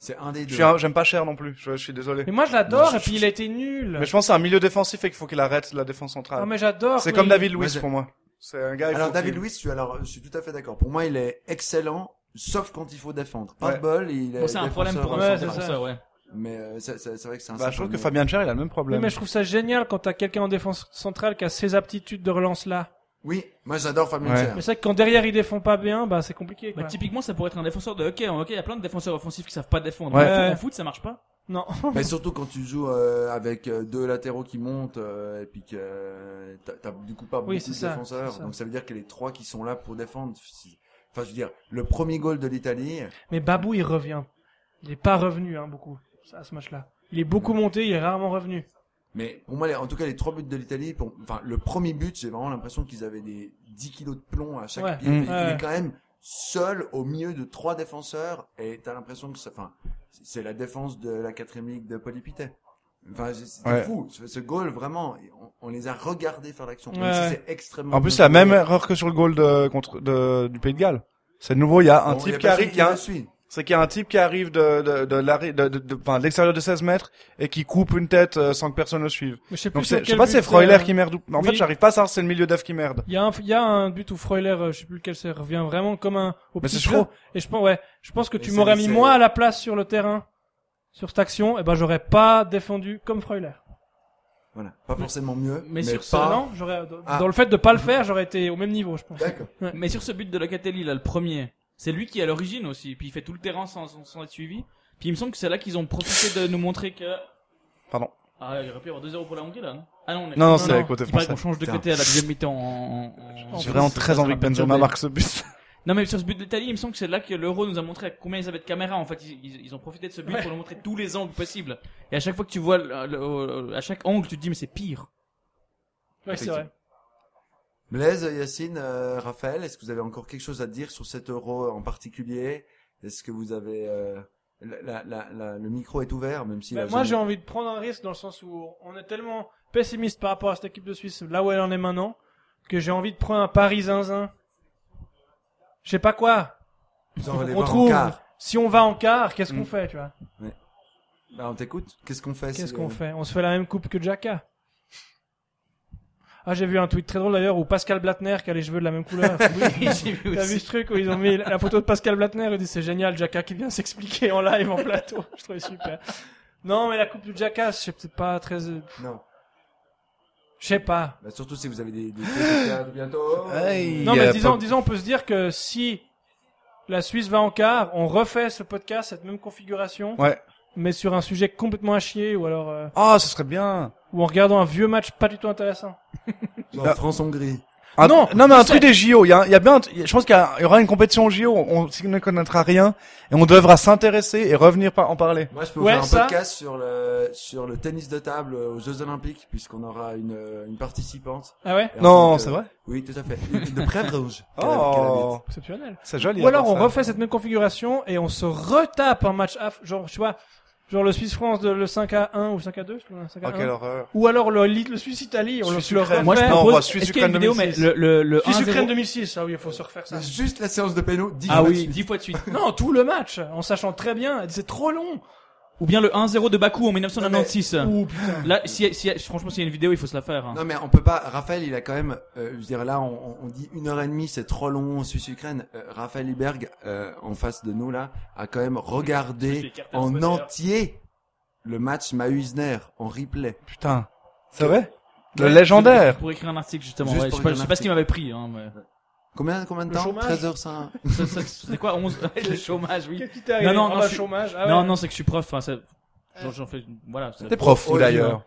Speaker 3: C'est un des
Speaker 2: Je
Speaker 3: deux.
Speaker 2: suis un- j'aime pas Cher non plus. Je, je suis désolé.
Speaker 1: Mais moi, je l'adore, et puis il a été nul.
Speaker 2: Mais je pense que c'est un milieu défensif et qu'il faut qu'il arrête la défense
Speaker 1: Ah,
Speaker 2: centrale.
Speaker 1: mais j'adore.
Speaker 2: C'est
Speaker 1: mais
Speaker 2: comme
Speaker 1: il-
Speaker 2: David
Speaker 3: Moi,
Speaker 2: Luiz
Speaker 3: j'ai-
Speaker 2: pour moi. C'est un gars. il
Speaker 3: Alors
Speaker 2: faut
Speaker 3: David
Speaker 2: qu'il-
Speaker 3: Louis, je suis, alors, je suis tout à fait d'accord. Pour moi il est excellent, sauf quand il faut défendre. Pas
Speaker 2: Ouais.
Speaker 3: de bol, il est.
Speaker 4: Bon, c'est un problème pour
Speaker 3: défenseur
Speaker 1: Ouais,
Speaker 4: un
Speaker 1: c'est
Speaker 3: central.
Speaker 1: ça.
Speaker 4: défenseur, ouais.
Speaker 3: Mais euh, c'est c'est- c'est vrai que c'est un.
Speaker 2: Bah, je trouve que
Speaker 3: symptôme.
Speaker 2: Fabien Cher, il a le même
Speaker 1: Oui,
Speaker 2: problème.
Speaker 1: mais je trouve ça génial quand t'as quelqu'un en défense centrale qui a ces aptitudes de relance là.
Speaker 3: Oui, moi j'adore Fabien
Speaker 2: Ouais.
Speaker 3: Cher.
Speaker 1: Mais c'est vrai que quand derrière ils défendent pas bien, bah c'est compliqué.
Speaker 4: Bah,
Speaker 1: Quoi.
Speaker 4: typiquement, ça pourrait être un défenseur de hockey. En hockey, il y a plein de défenseurs offensifs qui savent pas défendre.
Speaker 2: Ouais.
Speaker 4: En, foot,
Speaker 1: Ouais.
Speaker 4: en foot, ça marche pas.
Speaker 1: Non.
Speaker 3: Mais surtout quand tu joues euh, avec euh, deux latéraux qui montent euh, et puis que euh, t'as- t'as du coup pas
Speaker 1: Oui,
Speaker 3: beaucoup
Speaker 1: c'est
Speaker 3: de
Speaker 1: ça,
Speaker 3: défenseurs,
Speaker 1: c'est ça.
Speaker 3: donc ça veut dire que les trois qui sont là pour défendre. si- Enfin, je veux dire, le premier goal de l'Italie.
Speaker 1: Mais Babou il revient. Il est pas revenu hein beaucoup à ce match là. Il est beaucoup monté, il est rarement revenu.
Speaker 3: Mais pour moi, les- en tout cas, les trois buts de l'Italie. pour- Enfin, le premier but, j'ai vraiment l'impression qu'ils avaient des 10 kilos de plomb à chaque
Speaker 1: Ouais.
Speaker 3: pied.
Speaker 2: Mm.
Speaker 3: mais Il
Speaker 1: Ouais.
Speaker 3: est quand même seul au milieu de trois défenseurs et t'as l'impression que ça. Enfin, c'est la défense de la quatrième ligue de Polypitet. Enfin, c'est c'était
Speaker 2: Ouais.
Speaker 3: fou. Ce, ce goal, vraiment, on, on les a regardés faire l'action.
Speaker 1: Ouais.
Speaker 3: Même si c'est extrêmement.
Speaker 2: En plus,
Speaker 3: bien
Speaker 2: c'est la
Speaker 3: joué.
Speaker 2: même erreur que sur le goal de, contre, de, du Pays de Galles. C'est de nouveau, il y a un
Speaker 3: Bon,
Speaker 2: type
Speaker 3: y a
Speaker 2: qui arrive,
Speaker 3: personne
Speaker 2: il y a
Speaker 3: la
Speaker 2: un-
Speaker 3: suit.
Speaker 2: C'est qu'il y a un type qui arrive de, de, de, l'arrêt- de, de, de- enfin, de l'extérieur de 16 mètres et qui coupe une tête euh, sans que personne le suive.
Speaker 1: Mais je sais plus
Speaker 2: Donc
Speaker 1: sur
Speaker 2: c'est, je sais
Speaker 1: quel
Speaker 2: pas,
Speaker 1: but
Speaker 2: c'est Freuler
Speaker 1: euh,
Speaker 2: qui merde ou... En
Speaker 1: oui.
Speaker 2: fait, j'arrive pas à savoir si c'est le milieu d'œuf qui merde.
Speaker 1: Il y, a un, il y a un but où Freuler, euh, je sais plus lequel c'est, revient vraiment comme un au
Speaker 2: Mais
Speaker 1: petit
Speaker 2: c'est
Speaker 1: trot.
Speaker 2: celui-là.
Speaker 1: Et je pense, ouais, je pense que
Speaker 3: Mais
Speaker 1: tu
Speaker 3: c'est-
Speaker 1: m'aurais mis
Speaker 3: c'est-
Speaker 1: moi à la place sur le terrain, sur cette action, et ben j'aurais pas défendu comme Freuler.
Speaker 3: Voilà. Pas forcément mieux.
Speaker 4: mais sur ce,
Speaker 3: pas...
Speaker 1: Non, j'aurais euh, dans,
Speaker 3: Ah.
Speaker 1: dans le fait de pas le faire, j'aurais été au même niveau, je pense.
Speaker 3: D'accord.
Speaker 4: Mais sur ce but de Locatelli, là, le premier, c'est lui qui est à l'origine aussi. Puis il fait tout le terrain sans, sans, sans être suivi. Puis il me semble que c'est là qu'ils ont profité de nous montrer que.
Speaker 2: Pardon.
Speaker 4: Ah, il aurait pu y avoir 2-0 pour la Hongrie là, non Ah non, on est.
Speaker 2: Non, non,
Speaker 1: non,
Speaker 2: c'est
Speaker 1: non.
Speaker 2: le côté
Speaker 4: Il paraît
Speaker 2: français.
Speaker 4: qu'on change de
Speaker 3: Putain.
Speaker 4: côté à la deuxième mi-temps. en- en- en-
Speaker 2: J'ai vraiment
Speaker 4: en-
Speaker 2: très envie que Benzema marque ce but.
Speaker 4: Non, mais sur ce but de l'Italie, il me semble que c'est là que l'Euro nous a montré à combien ils avaient de caméras. En fait, ils, ils- ils ont profité de ce but pour nous montrer tous les angles possibles. Et à chaque fois que tu vois, le- le- à chaque angle, tu te dis mais c'est pire.
Speaker 1: Ouais, c'est vrai.
Speaker 3: Blaise, Yacine, euh, Raphaël, est-ce que vous avez encore quelque chose à dire sur cet euro en particulier Est-ce que vous avez... euh, la- la- la- la- le micro est ouvert, même si...
Speaker 1: Bah, moi, j'ai envie de prendre un risque dans le sens où on est tellement pessimiste par rapport à cette équipe de Suisse, là où elle en est maintenant, que j'ai envie de prendre un pari zinzin. Je sais pas quoi. on trouve. Si on va en quart, qu'est-ce qu'on
Speaker 2: Mm.
Speaker 1: fait, tu vois
Speaker 3: Bah, on t'écoute. Qu'est-ce qu'on fait
Speaker 1: Qu'est-ce
Speaker 3: si,
Speaker 1: qu'on
Speaker 3: euh,
Speaker 1: fait On se fait la même coupe que Jacka. Ah, j'ai vu un tweet très drôle d'ailleurs où Pascal Blattner qui a les cheveux de la même couleur.
Speaker 4: Oui, j'ai vu
Speaker 1: T'as vu
Speaker 4: aussi.
Speaker 1: ce truc où ils ont mis la photo de Pascal Blattner et dit c'est génial, Jacka qui vient s'expliquer en live en plateau. Je trouvais super. Non, mais la coupe du Jacka, je sais peut-être pas très, je
Speaker 3: Non.
Speaker 1: sais pas.
Speaker 3: Bah, surtout si vous avez des... des pièces de théâtre bientôt.
Speaker 2: Aïe.
Speaker 1: Non,
Speaker 2: Il y
Speaker 1: mais
Speaker 2: a
Speaker 1: disons,
Speaker 2: pas-
Speaker 1: disons, on peut se dire que si la Suisse va en quart, on refait ce podcast, cette même configuration,
Speaker 2: Ouais.
Speaker 1: mais sur un sujet complètement à chier ou alors, euh,
Speaker 2: Ah, ce serait bien.
Speaker 1: ou en regardant un vieux match pas du tout intéressant.
Speaker 3: Genre
Speaker 1: Bah.
Speaker 2: Ah.
Speaker 3: France-Hongrie.
Speaker 2: Ah,
Speaker 1: Non,
Speaker 2: non, mais
Speaker 1: je
Speaker 2: un
Speaker 1: sais.
Speaker 2: truc des JO. Il y a, il y a bien, un t- je pense qu'il y, a- il y aura une compétition aux JO. On s'y ne connaîtra rien et on devra s'intéresser et revenir par- en parler.
Speaker 3: Moi, je peux
Speaker 1: Ouais,
Speaker 3: vous faire un
Speaker 1: ça.
Speaker 3: podcast sur le, sur le tennis de table aux Jeux Olympiques, puisqu'on aura une, euh, une participante.
Speaker 1: Ah ouais?
Speaker 3: Et en tant
Speaker 2: Non,
Speaker 3: que-
Speaker 2: c'est vrai.
Speaker 3: Oui, tout à fait. De Prévrange.
Speaker 2: Oh,
Speaker 1: Exceptionnel.
Speaker 2: c'est joli.
Speaker 1: Ou alors
Speaker 2: ça.
Speaker 1: on refait cette même configuration et on se retape un match à, genre tu vois genre le Suisse France de le 5 à 1 ou 5 à 2 je crois, 5 à
Speaker 2: Oh,
Speaker 1: 1.
Speaker 2: quelle horreur.
Speaker 1: ou alors le, le Suisse Italie on le,
Speaker 2: Suisse
Speaker 1: le
Speaker 2: Ukraine.
Speaker 1: refait
Speaker 4: Moi, je
Speaker 2: Non, on voit
Speaker 4: propose.
Speaker 2: Suisse,
Speaker 4: Est-ce qu'il y a une
Speaker 2: Ukraine
Speaker 4: vidéo, mais
Speaker 2: 2006.
Speaker 4: le le le
Speaker 1: Suisse
Speaker 4: 1-0
Speaker 1: Ukraine 2006 ah oui il faut se refaire ça
Speaker 3: Juste la séance de péno, 10
Speaker 4: Ah
Speaker 3: fois de
Speaker 4: oui,
Speaker 3: suite.
Speaker 4: 10 fois de suite.
Speaker 1: non tout le match en sachant très bien c'est trop long
Speaker 4: Ou bien le 1-0 de Bakou en 1996.
Speaker 1: ou putain
Speaker 4: Là, si, si, franchement, s'il y a une vidéo, il faut se la faire. hein.
Speaker 3: Non mais on peut pas. Raphaël, il a quand même. euh, je veux dire là, on, on dit une heure et demie, c'est trop long. Suisse Ukraine. Euh, Raphaël Iberg, euh, en face de nous là, a quand même regardé
Speaker 4: Carter
Speaker 3: en
Speaker 4: Spencer.
Speaker 3: entier le match Mahuisner en replay.
Speaker 2: Putain. C'est vrai. Le
Speaker 4: Ouais,
Speaker 2: légendaire.
Speaker 4: Pour écrire un article, justement.
Speaker 3: Juste
Speaker 4: ouais, je
Speaker 3: pour
Speaker 4: sais pas,
Speaker 3: écrire
Speaker 4: je
Speaker 3: un
Speaker 4: sais pas ce qu'il m'avait pris. Hein, mais...
Speaker 3: Combien combien de
Speaker 1: Le
Speaker 3: temps
Speaker 1: chômage
Speaker 3: 13h05.
Speaker 4: Ça- ça- C'était quoi 11 Le chômage, oui.
Speaker 1: qu'est-ce qui t'est arrivé
Speaker 4: Non, non,
Speaker 1: Ah
Speaker 4: non,
Speaker 1: bah,
Speaker 4: je-
Speaker 1: chômage ah
Speaker 4: Non,
Speaker 1: ouais.
Speaker 4: non, c'est que je suis prof. Enfin, ça... genre, j'en fais... Voilà. c'est-
Speaker 2: T'es prof ou
Speaker 3: Oh,
Speaker 2: d'ailleurs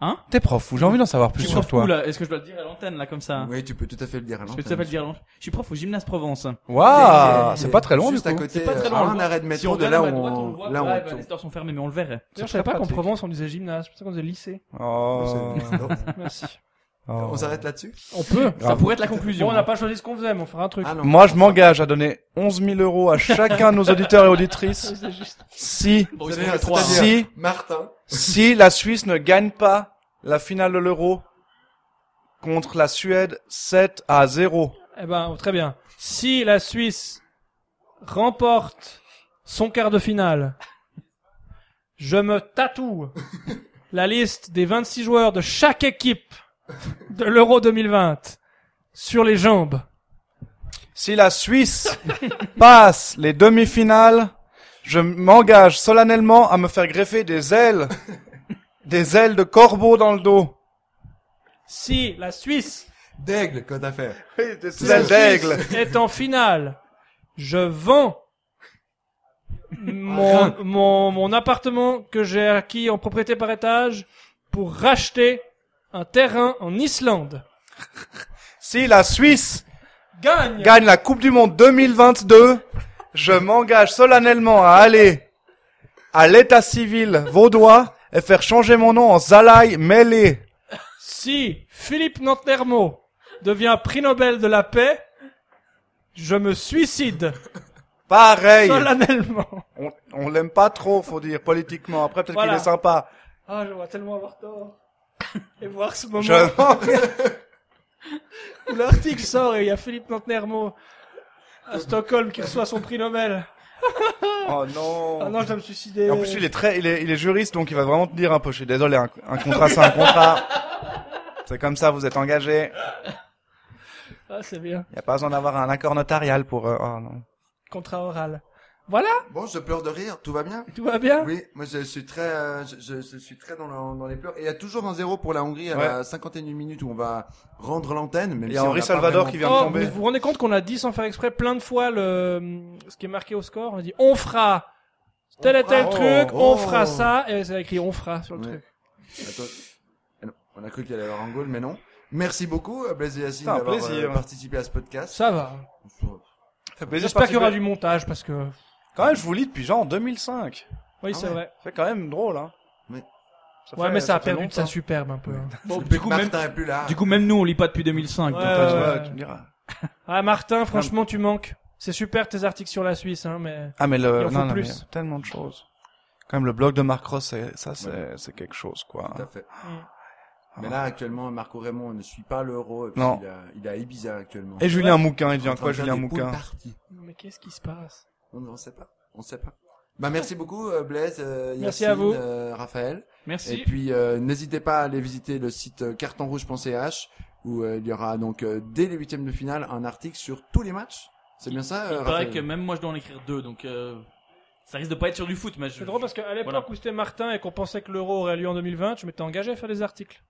Speaker 4: Hein
Speaker 2: T'es prof ou J'ai envie d'en savoir
Speaker 4: Je
Speaker 2: plus
Speaker 4: suis
Speaker 2: sur
Speaker 4: prof où,
Speaker 2: toi.
Speaker 4: là Est-ce que je dois le dire à l'antenne, là, comme ça
Speaker 3: Oui, tu peux tout à fait le dire. à
Speaker 4: Hein. Je peux
Speaker 3: l'antenne.
Speaker 4: tout à fait le dire. à l'antenne. Je suis prof au Gymnase Provence.
Speaker 2: Waouh,
Speaker 3: Et-
Speaker 2: Ah, c'est pas très long du
Speaker 3: Juste
Speaker 2: coup.
Speaker 3: à côté.
Speaker 4: C'est pas très
Speaker 3: euh,
Speaker 4: loin.
Speaker 3: à un arrêt de
Speaker 4: si on
Speaker 3: métro de
Speaker 4: regarde
Speaker 3: là
Speaker 4: à
Speaker 3: où
Speaker 4: droite, on le
Speaker 3: on
Speaker 4: voit.
Speaker 3: là où
Speaker 4: Ouais,
Speaker 3: on
Speaker 4: bah,
Speaker 3: tourne.
Speaker 4: les stores sont fermés, mais on le verrait.
Speaker 1: D'ailleurs, je savais pas qu'en
Speaker 2: pratique.
Speaker 1: Provence on disait gymnase je pensais qu'on disait lycée
Speaker 2: Oh.
Speaker 1: merci
Speaker 2: Oh.
Speaker 3: On s'arrête là-dessus.
Speaker 1: on peut
Speaker 4: Ça pourrait être la conclusion.
Speaker 1: bon on n'a pas choisi ce qu'on faisait mais on fera un truc
Speaker 3: Ah non.
Speaker 2: Moi, je m'engage à donner 11 000 euros à chacun de nos auditeurs et auditrices
Speaker 1: c'est juste
Speaker 2: si,
Speaker 4: Bon, ils
Speaker 3: C'est-
Speaker 4: ont fait
Speaker 3: c'est-
Speaker 4: trois. hein.
Speaker 3: c'est-à-dire,
Speaker 2: Si.
Speaker 3: Martin.
Speaker 2: si la Suisse ne gagne pas la finale de l'euro contre la Suède 7 à 0.
Speaker 1: Eh ben, très bien. Si la Suisse remporte son quart de finale, je me tatoue la liste des 26 joueurs de chaque équipe de l'Euro 2020 sur les jambes.
Speaker 2: Si la Suisse passe les demi-finales, je m'engage solennellement à me faire greffer des ailes, des ailes de corbeau dans le dos.
Speaker 1: Si la Suisse
Speaker 3: D'aigle, quand à faire.
Speaker 2: Des ailes d'aigle.
Speaker 1: est en finale, je vends mon, mon, mon appartement que j'ai acquis en propriété par étage pour racheter un terrain en Islande.
Speaker 2: Si la Suisse
Speaker 1: Gagne!
Speaker 2: gagne la Coupe du Monde 2022, je m'engage solennellement à aller à l'état civil vaudois et faire changer mon nom en Zalaï Mêlé.
Speaker 1: Si Philippe Nantermo devient prix Nobel de la paix, je me suicide
Speaker 2: Pareil.
Speaker 1: solennellement.
Speaker 2: On, on l'aime pas trop, faut dire, politiquement. Après, peut-être
Speaker 1: Voilà.
Speaker 2: qu'il est sympa.
Speaker 1: Ah, je vois tellement avoir tort. Et voir ce moment
Speaker 2: Je...
Speaker 1: où l'article sort et il y a Philippe Nantermo à Stockholm qui reçoit son prix Nobel.
Speaker 2: Oh non.
Speaker 1: Ah non, je dois me suicider.
Speaker 2: Et en plus, il est très, il est, il est juriste, donc il va vraiment te dire un peu. Je suis désolé, un, un contrat, c'est un contrat. C'est comme ça, vous êtes engagé.
Speaker 1: Ah, c'est bien.
Speaker 2: Il n'y a pas besoin d'avoir un accord notarial pour. euh, oh non.
Speaker 1: Contrat oral. Voilà,
Speaker 3: Bon, je pleure de rire, tout va bien
Speaker 1: tout va bien.
Speaker 3: Oui, moi je suis très, euh, je, je- je suis très dans, le- dans les pleurs. Et il y a toujours un zéro pour la Hongrie à
Speaker 2: Ouais.
Speaker 3: la 51 minute où on va rendre l'antenne. même
Speaker 2: Il y a
Speaker 3: si on
Speaker 2: Henri
Speaker 3: pas
Speaker 2: Salvador
Speaker 3: vraiment-
Speaker 2: qui vient de
Speaker 1: Oh,
Speaker 2: tomber.
Speaker 1: vous vous rendez compte qu'on a dit sans faire exprès plein de fois le ce qui est marqué au score On dit on fera tel et tel
Speaker 2: Oh,
Speaker 1: truc,
Speaker 3: oh.
Speaker 1: on fera ça, et c'est écrit on fera sur le
Speaker 3: Ouais.
Speaker 1: truc.
Speaker 3: Attends. Ah non, On a cru qu'il allait avoir un goal, mais non. Merci beaucoup, euh, Blaise et Yacine,
Speaker 2: C'est un
Speaker 3: d'avoir euh,
Speaker 2: plaisir.
Speaker 3: participé à ce podcast.
Speaker 1: Ça va.
Speaker 2: Ça fait plaisir de
Speaker 1: J'espère qu'il y aura
Speaker 2: participer.
Speaker 1: du montage parce que
Speaker 2: Quand même, je vous lis depuis genre 2005.
Speaker 1: oui,
Speaker 3: Ah
Speaker 1: c'est
Speaker 3: ouais.
Speaker 1: vrai.
Speaker 2: C'est quand même drôle, hein.
Speaker 3: Oui.
Speaker 1: Ouais,
Speaker 2: fait-
Speaker 1: mais ça, a
Speaker 2: fait
Speaker 1: perdu de
Speaker 2: longtemps.
Speaker 1: sa superbe un peu. hein.
Speaker 4: Bon,
Speaker 3: Du
Speaker 4: du
Speaker 3: coup,
Speaker 4: coup, même,
Speaker 3: Martin est plus là.
Speaker 4: du coup, même nous, on lit pas depuis 2005. donc,
Speaker 1: Ouais,
Speaker 2: Ouais,
Speaker 4: euh,
Speaker 2: tu
Speaker 1: ouais.
Speaker 2: vois, tu me diras.
Speaker 1: Ah Martin, franchement, tu manques. C'est super tes articles sur la Suisse, hein, mais
Speaker 2: Ah, mais
Speaker 1: Il
Speaker 2: le,
Speaker 1: en faut
Speaker 2: non, non, mais
Speaker 1: plus.
Speaker 2: il y a tellement de choses. Quand même, le blog de Marc Ross, c'est, ça, c'est, c'est quelque chose, quoi.
Speaker 3: Tout à fait.
Speaker 2: Mm.
Speaker 3: Mais là, actuellement, Marco Raymond ne suit pas l'euro. et puis
Speaker 2: Non.
Speaker 3: Il a, il est à Ibiza actuellement.
Speaker 2: Et Julien Mouquin, il
Speaker 3: Il est en
Speaker 2: devient
Speaker 3: train
Speaker 2: quoi,
Speaker 3: de faire
Speaker 2: Julien
Speaker 3: des poules
Speaker 2: Mouquin?
Speaker 3: parties.
Speaker 1: mais qu'est-ce qui se passe
Speaker 3: On ne sait pas. On sait pas. Bah, merci beaucoup, euh, Blaise, euh,
Speaker 1: Merci
Speaker 3: Yacine,
Speaker 1: à vous.
Speaker 3: euh, Raphaël. Et
Speaker 4: Merci.
Speaker 3: puis euh, n'hésitez pas à aller visiter le site euh, cartonrouge.ch où euh, il y aura donc euh, dès les huitièmes de finale un article sur tous les matchs. C'est bien
Speaker 1: Ah,
Speaker 3: ça euh,
Speaker 4: Il paraît
Speaker 3: Raphaël
Speaker 4: que même moi, je dois en écrire deux, donc euh, ça risque de pas être sur du foot, mais je.
Speaker 1: C'est drôle parce qu'à l'époque
Speaker 4: Voilà.
Speaker 1: où c'était Martin et qu'on pensait que l'euro aurait lieu en 2020, je m'étais engagé à faire des articles.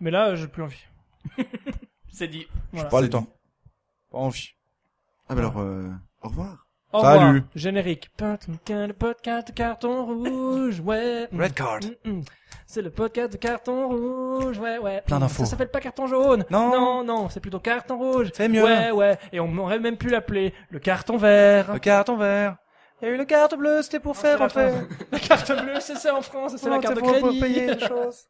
Speaker 1: Mais là, euh, j'ai plus envie.
Speaker 4: C'est dit.
Speaker 1: Voilà.
Speaker 2: Pas le temps. Pas envie.
Speaker 3: Ah bah alors euh, au revoir.
Speaker 1: Au
Speaker 2: Salut.
Speaker 1: revoir. Générique. Putain, le podcast de carton rouge, ouais.
Speaker 2: Red card.
Speaker 1: Mm, mm. C'est le podcast de carton rouge, ouais, ouais.
Speaker 2: Plein
Speaker 1: Mm.
Speaker 2: d'infos.
Speaker 1: Ça s'appelle pas carton jaune.
Speaker 2: Non.
Speaker 1: Non, non, c'est plutôt carton rouge.
Speaker 2: C'est mieux.
Speaker 1: Ouais, ouais. Et on aurait même pu l'appeler le carton vert.
Speaker 2: Le carton vert. Il y a eu le carte bleue, c'était pour
Speaker 1: Ah,
Speaker 2: faire,
Speaker 1: c'est
Speaker 2: en
Speaker 1: la
Speaker 2: fait.
Speaker 1: fin. La carte bleue, c'est ça en France, c'est la carte de
Speaker 2: Oh, pour- pour
Speaker 1: crédit.
Speaker 2: payer les choses.